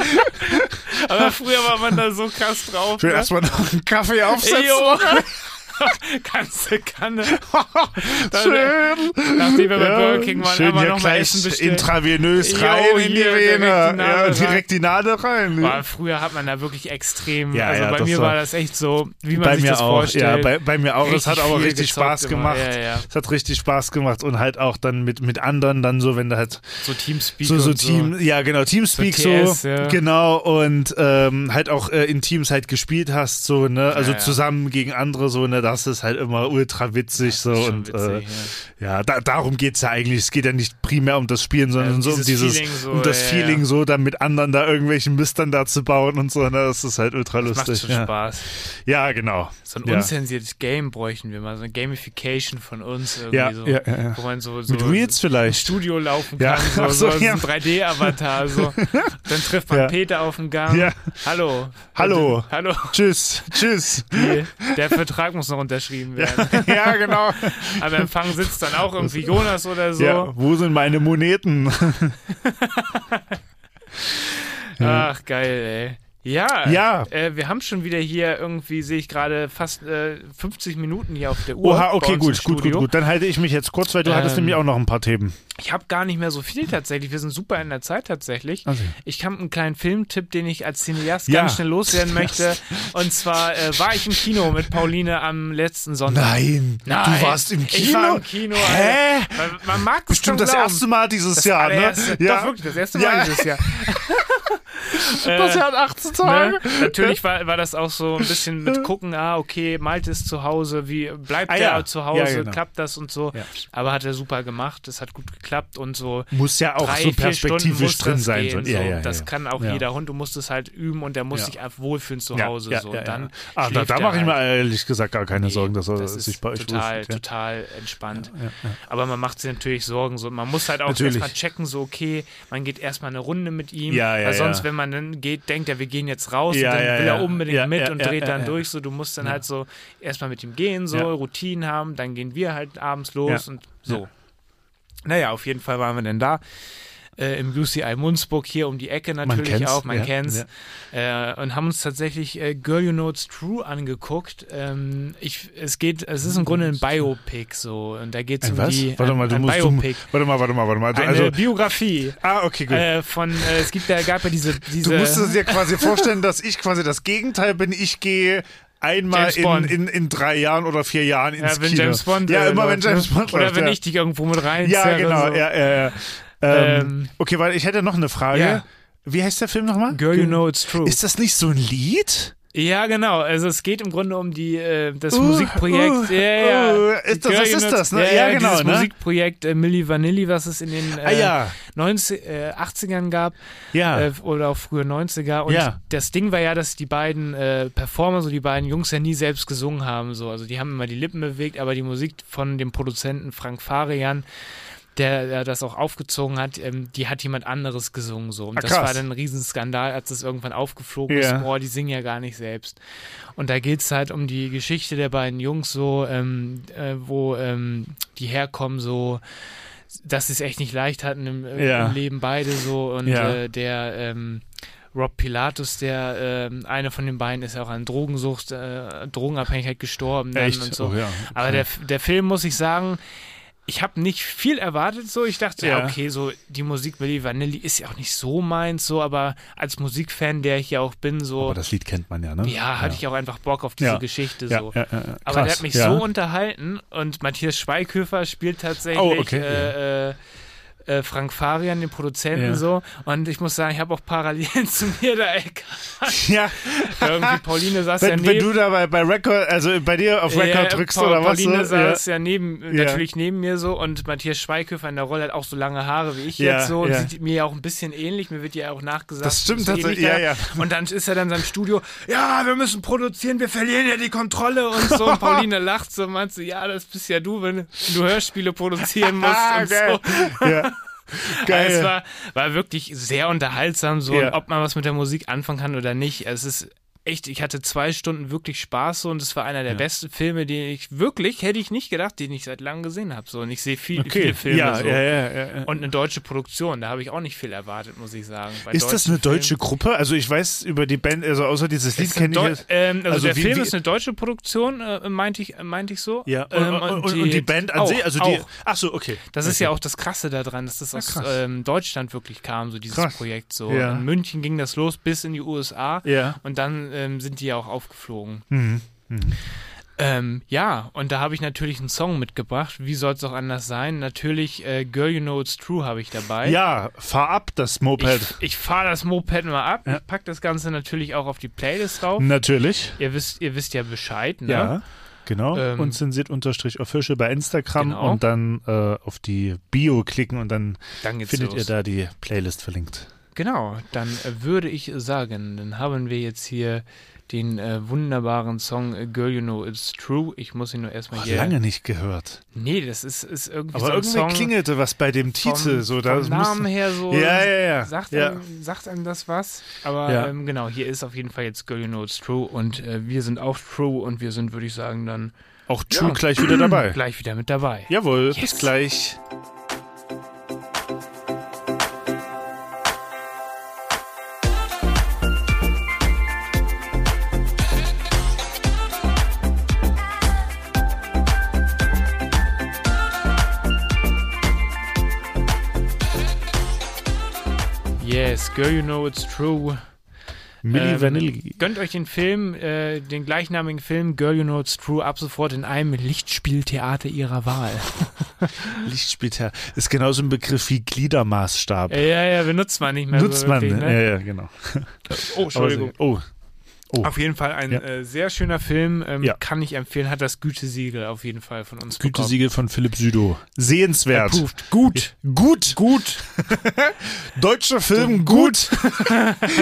Aber früher war man da so krass drauf.
Ich will
ne?
erstmal noch einen Kaffee aufsetzen.
Ey, jo. Ganze Kanne. äh,
Schön.
Nachdem wir bei
Ja,
Burger King waren,
schön
haben wir
hier
noch mal
gleich
Essen bestellt.
intravenös
Jo,
rein in die
hier direkt die
Vene. ja,
Nadel rein.
direkt die Nadel rein.
Boah, früher hat man da wirklich extrem.
Ja,
also
ja,
bei
das
mir
war-
war das echt so, wie man
bei
sich
mir
das
auch,
vorstellt.
ja, bei, bei mir auch. es
Richtig
hat aber
viel
richtig
gezockt
Spaß
immer,
gemacht.
ja, ja.
Es hat richtig Spaß gemacht und halt auch dann mit, mit anderen dann so, wenn du halt
so Teamspeak.
so, so
und
Team, ja genau, Teamspeak so,
So TS, ja.
genau und ähm, halt auch äh, in Teams halt gespielt hast, so, ne, also
ja.
zusammen gegen andere, so, ne, das ist halt immer ultra witzig, so
schon
und äh,
witzig,
ja, da, darum geht's ja eigentlich, es geht ja nicht primär um das Spielen, sondern
Ja, um
so um
dieses
dieses,
Feeling so,
um das
ja, ja.
Feeling so, dann mit anderen da irgendwelchen Mistern da zu bauen und so, ne, das ist halt ultra
Das macht
lustig.
schon
Ja.
Spaß.
ja, genau.
So ein
ja.
unzensiertes Game bräuchten wir mal, so eine Gamification von uns irgendwie
Ja,
so,
ja, ja, ja.
wo man so, so
Mit Reels
im
vielleicht.
Studio laufen
Ja,
kann, so,
ach so,
so, so
ja.
ein 3D-Avatar. So. Dann trifft man
Ja.
Peter auf dem Gang.
Ja.
Hallo.
Hallo.
Hallo.
Tschüss, tschüss.
Der Vertrag muss noch unterschrieben werden.
ja, genau.
Am Empfang sitzt dann auch irgendwie Jonas oder so.
Ja, wo sind meine Moneten?
Ach, geil, ey. Ja,
Mhm. Ja.
Äh, wir haben schon wieder hier irgendwie, sehe ich gerade, fast äh, 50 Minuten hier auf der Uhr.
Oha,
bei
okay,
uns im
gut, gut, gut,
Studio.
gut. Dann halte ich mich jetzt kurz, weil du hattest
Ähm.
nämlich auch noch ein paar Themen.
Ich habe gar nicht mehr so viel tatsächlich. Wir sind super in der Zeit tatsächlich.
Also.
Ich habe einen kleinen Filmtipp, den ich als Cineast
Ja.
ganz schnell loswerden möchte. Und zwar äh, war ich im Kino mit Pauline am letzten Sonntag.
Nein,
Nein.
du warst im Kino?
Ich war im Kino.
Hä?
Alter. Man, man mag es
Bestimmt
kaum
das
glauben.
erste Mal dieses
Das
Jahr, ne?
allererste- Doch, wirklich, das erste Mal
Ja.
dieses Jahr. Äh,
Das hat 18 Tage.
Ne? Natürlich war, war das auch so ein bisschen mit gucken, ah, okay, Malte ist zu Hause, wie bleibt
Ah,
der
ja.
zu Hause,
Ja, genau.
klappt das und so.
Ja.
Aber hat er super gemacht, es hat gut geklappt und so.
Muss ja auch
drei, vier Stunden
so
muss
perspektivisch drin
das
sein.
Gehen,
so. Ja, ja, ja,
das
ja.
kann auch
Ja.
jeder Hund, du musst es halt üben und der muss
Ja.
sich einfach wohlfühlen zu
Ja,
Hause.
ja,
so.
ja,
und dann
ja. ah, da,
schläft
da
er
mache ich
halt.
mir ehrlich gesagt gar keine Sorgen, dass er
das ist
sich bei euch
total,
wohlfühlt, ja.
total entspannt. Aber man macht sich natürlich Sorgen. So. Man muss halt auch
Natürlich.
erstmal checken, so okay, man geht erstmal eine Runde mit ihm.
Ja, ja,
weil sonst,
ja.
wenn man dann geht, denkt er, wir gehen jetzt raus
Ja,
und dann
ja,
will
ja.
er unbedingt
Ja,
mit
ja,
und
ja,
dreht
ja,
dann
ja.
durch. So, du musst dann halt so erstmal mit ihm gehen, so
Ja.
Routinen haben, dann gehen wir halt abends los
Ja.
und so. Naja, auf jeden Fall waren wir denn da. Äh, Im UCI Munzburg hier um die Ecke natürlich
kennt's,
auch, man
ja,
kennt's. Äh, und haben uns tatsächlich äh, Girl You Know's True angeguckt. Ähm, ich, es geht, es ist im Grunde ein Biopic so. Und da geht es
Ein
um
Äh, was?
die
warte mal,
ein,
du
ein
musst. Du,
Biopic.
warte mal, warte mal, warte mal.
eine
Also,
Biografie
ah, okay, gut.
äh, von, äh, es gibt ja, gab ja diese, diese
Du musstest dir quasi vorstellen, dass ich quasi das Gegenteil bin. Ich gehe einmal
James
in,
Bond.
in, in drei Jahren oder vier Jahren ins
ja, wenn
Kino.
James Bond
ja,
äh,
immer wenn
läuft, ne?
James Bond
Oder
läuft,
wenn
ja.
ich dich irgendwo mit rein
Ja, genau.
So.
Ja, ja, ja. Ähm,
Ähm,
okay, weil ich hätte noch eine Frage.
Ja.
Wie heißt der Film nochmal?
Girl, you know it's true.
Ist das nicht so ein Lied?
Ja, genau. Also es geht im Grunde um die äh, das
Uh,
Musikprojekt.
uh,
ja, ja.
uh, ist das- was
Girl,
ist
you know-
das, ne?
Ja,
Ja,
ja,
genau,
Dieses
ne?
Musikprojekt äh, Milli Vanilli, was es in den äh,
Ah, ja.
90, äh, 80ern gab
Ja.
äh, oder auch frühe 90er. Und
Ja.
das Ding war ja, dass die beiden äh, Performer, so die beiden Jungs ja nie selbst gesungen haben. So. Also die haben immer die Lippen bewegt, aber die Musik von dem Produzenten Frank Farian der, der das auch aufgezogen hat, ähm, die hat jemand anderes gesungen so. Und
Ah,
das
krass.
war dann ein Riesenskandal, als das irgendwann aufgeflogen
Ja.
ist. Boah, die singen ja gar nicht selbst. Und da geht's halt um die Geschichte der beiden Jungs so, ähm, äh, wo ähm, die herkommen so dass sie es echt nicht leicht hatten im, äh,
Ja.
im Leben beide so und
Ja.
äh, der ähm, Rob Pilatus, der ähm, einer von den beiden ist ja auch an Drogensucht, äh, Drogenabhängigkeit gestorben dann
Echt?
und so.
Oh ja, okay.
Aber der, F- der Film muss ich sagen, ich habe nicht viel erwartet so. Ich dachte, ja.
Ja.
okay, so die Musik Billy Vanilli ist ja auch nicht so meins so, aber als Musikfan, der ich ja auch bin, so
Oh,
Aber das Lied kennt man ja, ne?
ja, hatte ich auch einfach Bock auf diese
Ja.
Geschichte
Ja,
so.
ja, ja, ja.
Aber der
Krass,
hat mich
ja.
so unterhalten und Matthias Schweighöfer spielt tatsächlich
Oh, okay.
äh, äh, äh, Frank Farian, den Produzenten
Ja.
so. Und ich muss sagen, ich habe auch Parallelen zu mir da erkannt.
Ja,
Irgendwie Pauline saß ja
wenn,
neben.
wenn du da bei, bei Record, also bei dir auf Record
Ja,
drückst
Äh, Paul-
oder was.
Pauline
ne?
saß ja, neben,
Ja.
natürlich neben mir so und Matthias Schweighöfer in der Rolle hat auch so lange Haare wie ich
Ja,
jetzt so und
ja.
sieht mir ja auch ein bisschen ähnlich, mir wird ja auch nachgesagt.
Das stimmt
so ähnlich
tatsächlich,
da.
ja, ja.
Und dann ist er dann in seinem Studio, ja, wir müssen produzieren, wir verlieren ja die Kontrolle und so. Und Pauline lacht so und meint so, ja, das bist ja du, wenn du Hörspiele produzieren musst
Ah,
und
geil.
so. Ah,
Ja. Geil.
Es war, war wirklich sehr unterhaltsam, so
Ja.
und ob man was mit der Musik anfangen kann oder nicht. Es ist echt, ich hatte zwei Stunden wirklich Spaß so und es war einer der besten Filme, den ich wirklich, hätte ich nicht gedacht, den ich seit langem gesehen habe. So und ich sehe viel, viele Filme
ja,
so.
ja, ja, ja, ja.
Und eine deutsche Produktion, da habe ich auch nicht viel erwartet, muss ich sagen. Bei
Ist das
deutschen
eine deutsche
Filmen.
Gruppe? Also ich weiß über die Band, also außer dieses Lied
Ist ein
kenne ich
Deu-
jetzt.
ähm, also, der
wie-
Film
wie-
ist eine deutsche Produktion, äh, meinte ich, meinte ich so.
ja, und,
Ähm,
und, und, und die Band an
auch,
sich, also die.
auch.
Ach so, okay.
Das ist ja auch das Krasse daran, dass das aus ähm, Deutschland wirklich kam, so dieses
Krass.
Projekt. So.
Ja.
In München ging das los bis in die USA
Ja. Mhm.
und dann ähm, sind die ja auch aufgeflogen. Ähm, ja, und da habe ich natürlich einen Song mitgebracht. Wie soll es auch anders sein? Natürlich äh, Girl You Know It's True habe ich dabei.
Ja, fahr ab das Moped.
Ich, ich fahre das Moped mal ab. Ich packe das Ganze natürlich auch auf die Playlist drauf.
Natürlich.
Ihr wisst, ihr wisst ja Bescheid, ne?
Mhm. Ja. Genau.
Ähm.
Unzensiert unterstrich official bei Instagram
Genau.
und dann äh, auf die Bio klicken und dann,
Dann geht's
findet
los.
ihr da die Playlist verlinkt.
Genau, dann äh, würde ich sagen, dann haben wir jetzt hier den äh, wunderbaren Song äh, Girl You Know It's True. Ich muss ihn nur erstmal
Oh,
hier.
Lange nicht gehört.
Nee, das ist, ist irgendwie so
Aber
ein
irgendwie
Song
klingelte was bei dem
vom,
Titel. so, da
vom Namen her so.
Ja, ja, ja.
Sagt,
Ja.
Einem, sagt einem das was? Aber
Ja.
ähm, genau, hier ist auf jeden Fall jetzt Girl You Know It's True und äh, wir sind auch True und wir sind, würde ich sagen, dann
auch True gleich wieder dabei.
gleich wieder mit dabei.
Jawohl, bis gleich.
Yes, Girl You Know It's True.
Milli
Ähm,
Vanilli.
Gönnt euch den Film, äh, den gleichnamigen Film Girl You Know It's True ab sofort in einem Lichtspieltheater ihrer Wahl.
Lichtspielherr. Ist genauso ein Begriff wie Gliedermaßstab.
Ja, Äh, ja, ja, benutzt man nicht mehr.
Nutzt
so
man.
wirklich,
ne?
ne?
Ja, ja, genau.
Oh, Entschuldigung.
Oh,
Auf jeden Fall ein
Ja.
äh, sehr schöner Film, ähm,
Ja.
kann ich empfehlen, hat das Gütesiegel auf jeden Fall von uns bekommen.
Gütesiegel von Philipp Südow. Sehenswert.
Approved. Gut,
Gut.
gut.
Deutscher Film, gut.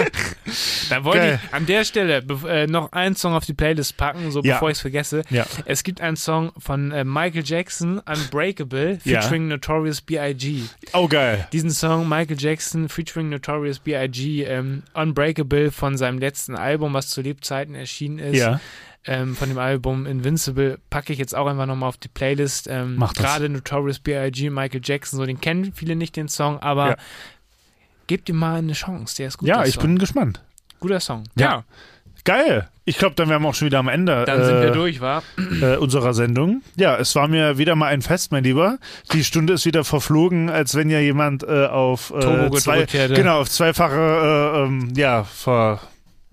Da wollte
Geil.
ich an der Stelle bev- äh, noch einen Song auf die Playlist packen, so
Ja.
bevor ich es vergesse.
Ja.
Es gibt einen Song von äh, Michael Jackson, Unbreakable,
Ja.
featuring Notorious B.I.G.
Oh, geil.
diesen Song Michael Jackson featuring Notorious B.I.G. Ähm, Unbreakable von seinem letzten Album, was zu Lebzeiten erschienen ist.
Ja.
Ähm, von dem Album Invincible packe ich jetzt auch einfach nochmal auf die Playlist. Ähm,
Mach das.
Gerade Notorious B.I.G. Michael Jackson, so den kennen viele nicht den Song, aber
Ja.
gebt ihm mal eine Chance. Der ist guter
Ja, ich
Song.
bin gespannt.
guter Song.
Ja. Geil. Ich glaube, dann wären wir auch schon wieder am Ende
Dann sind
äh,
wir durch, war.
äh, unserer Sendung. Ja, es war mir wieder mal ein Fest, mein Lieber. Die Stunde ist wieder verflogen, als wenn ja jemand äh, auf, äh,
Turbo
zwei,
gedrückt hätte.
genau, auf zweifache, äh, ähm, ja, ver,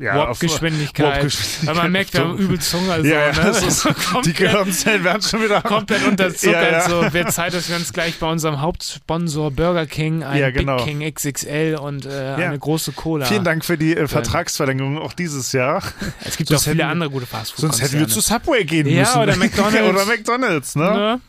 ja, auf-
Warp-Geschwindigkeit.
Warp-Geschwindigkeit.
Weil man merkt, wir haben übel Zunge. Also,
Ja, ja,
ne?
das ist, die
komplett-
Gehirnzellen werden schon wieder
komplett unterzuckert.
Ja, ja.
So, wird Zeit, dass wir uns gleich bei unserem Hauptsponsor Burger King, ein
Ja, genau.
Big King XXL und äh, eine große Cola.
Vielen Dank für die äh, Vertragsverlängerung auch dieses Jahr.
Es gibt
Sonst
auch viele
hätten-
andere gute fastfood
Sonst hätten wir zu Subway gehen
Ja,
müssen.
oder McDonald's.
oder McDonald's, ne?
ne?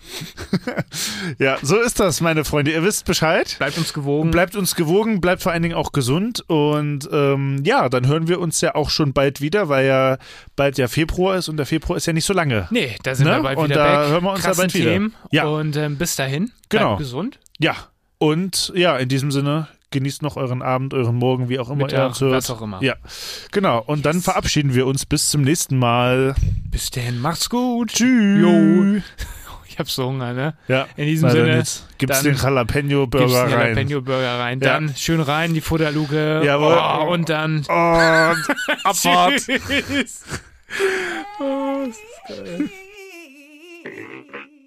Ja, so ist das, meine Freunde. Ihr wisst Bescheid.
Bleibt uns gewogen.
Bleibt uns gewogen, bleibt vor allen Dingen auch gesund. Und ähm, ja, dann hören wir uns ja auch schon bald wieder, weil ja bald ja Februar ist und der Februar ist ja nicht so lange.
nee, da sind
Ne?
wir bald
Und
wieder
da
weg.
hören wir uns ja
Krassen
bald wieder.
Themen.
Ja.
Und ähm, bis dahin,
Genau.
bleibt gesund.
Ja, und ja, in diesem Sinne, genießt noch euren Abend, euren Morgen, wie auch immer ihr
Mittag,
uns hört.
was auch immer.
Ja, genau. Und dann verabschieden wir uns bis zum nächsten Mal.
Bis dahin, macht's gut.
Tschüss.
Jo. Ich hab so Hunger, ne?
Ja,
In diesem
na dann
Sinne,
jetzt gibt's
dann
den Jalapeno
Gibt's
Burger
einen
rein.
Jalapeno Burger rein.
Ja.
Dann schön rein, die Futterluke.
Jawohl.
Oh, und dann.
Und Abfahrt.
Tschüss.
Thank you.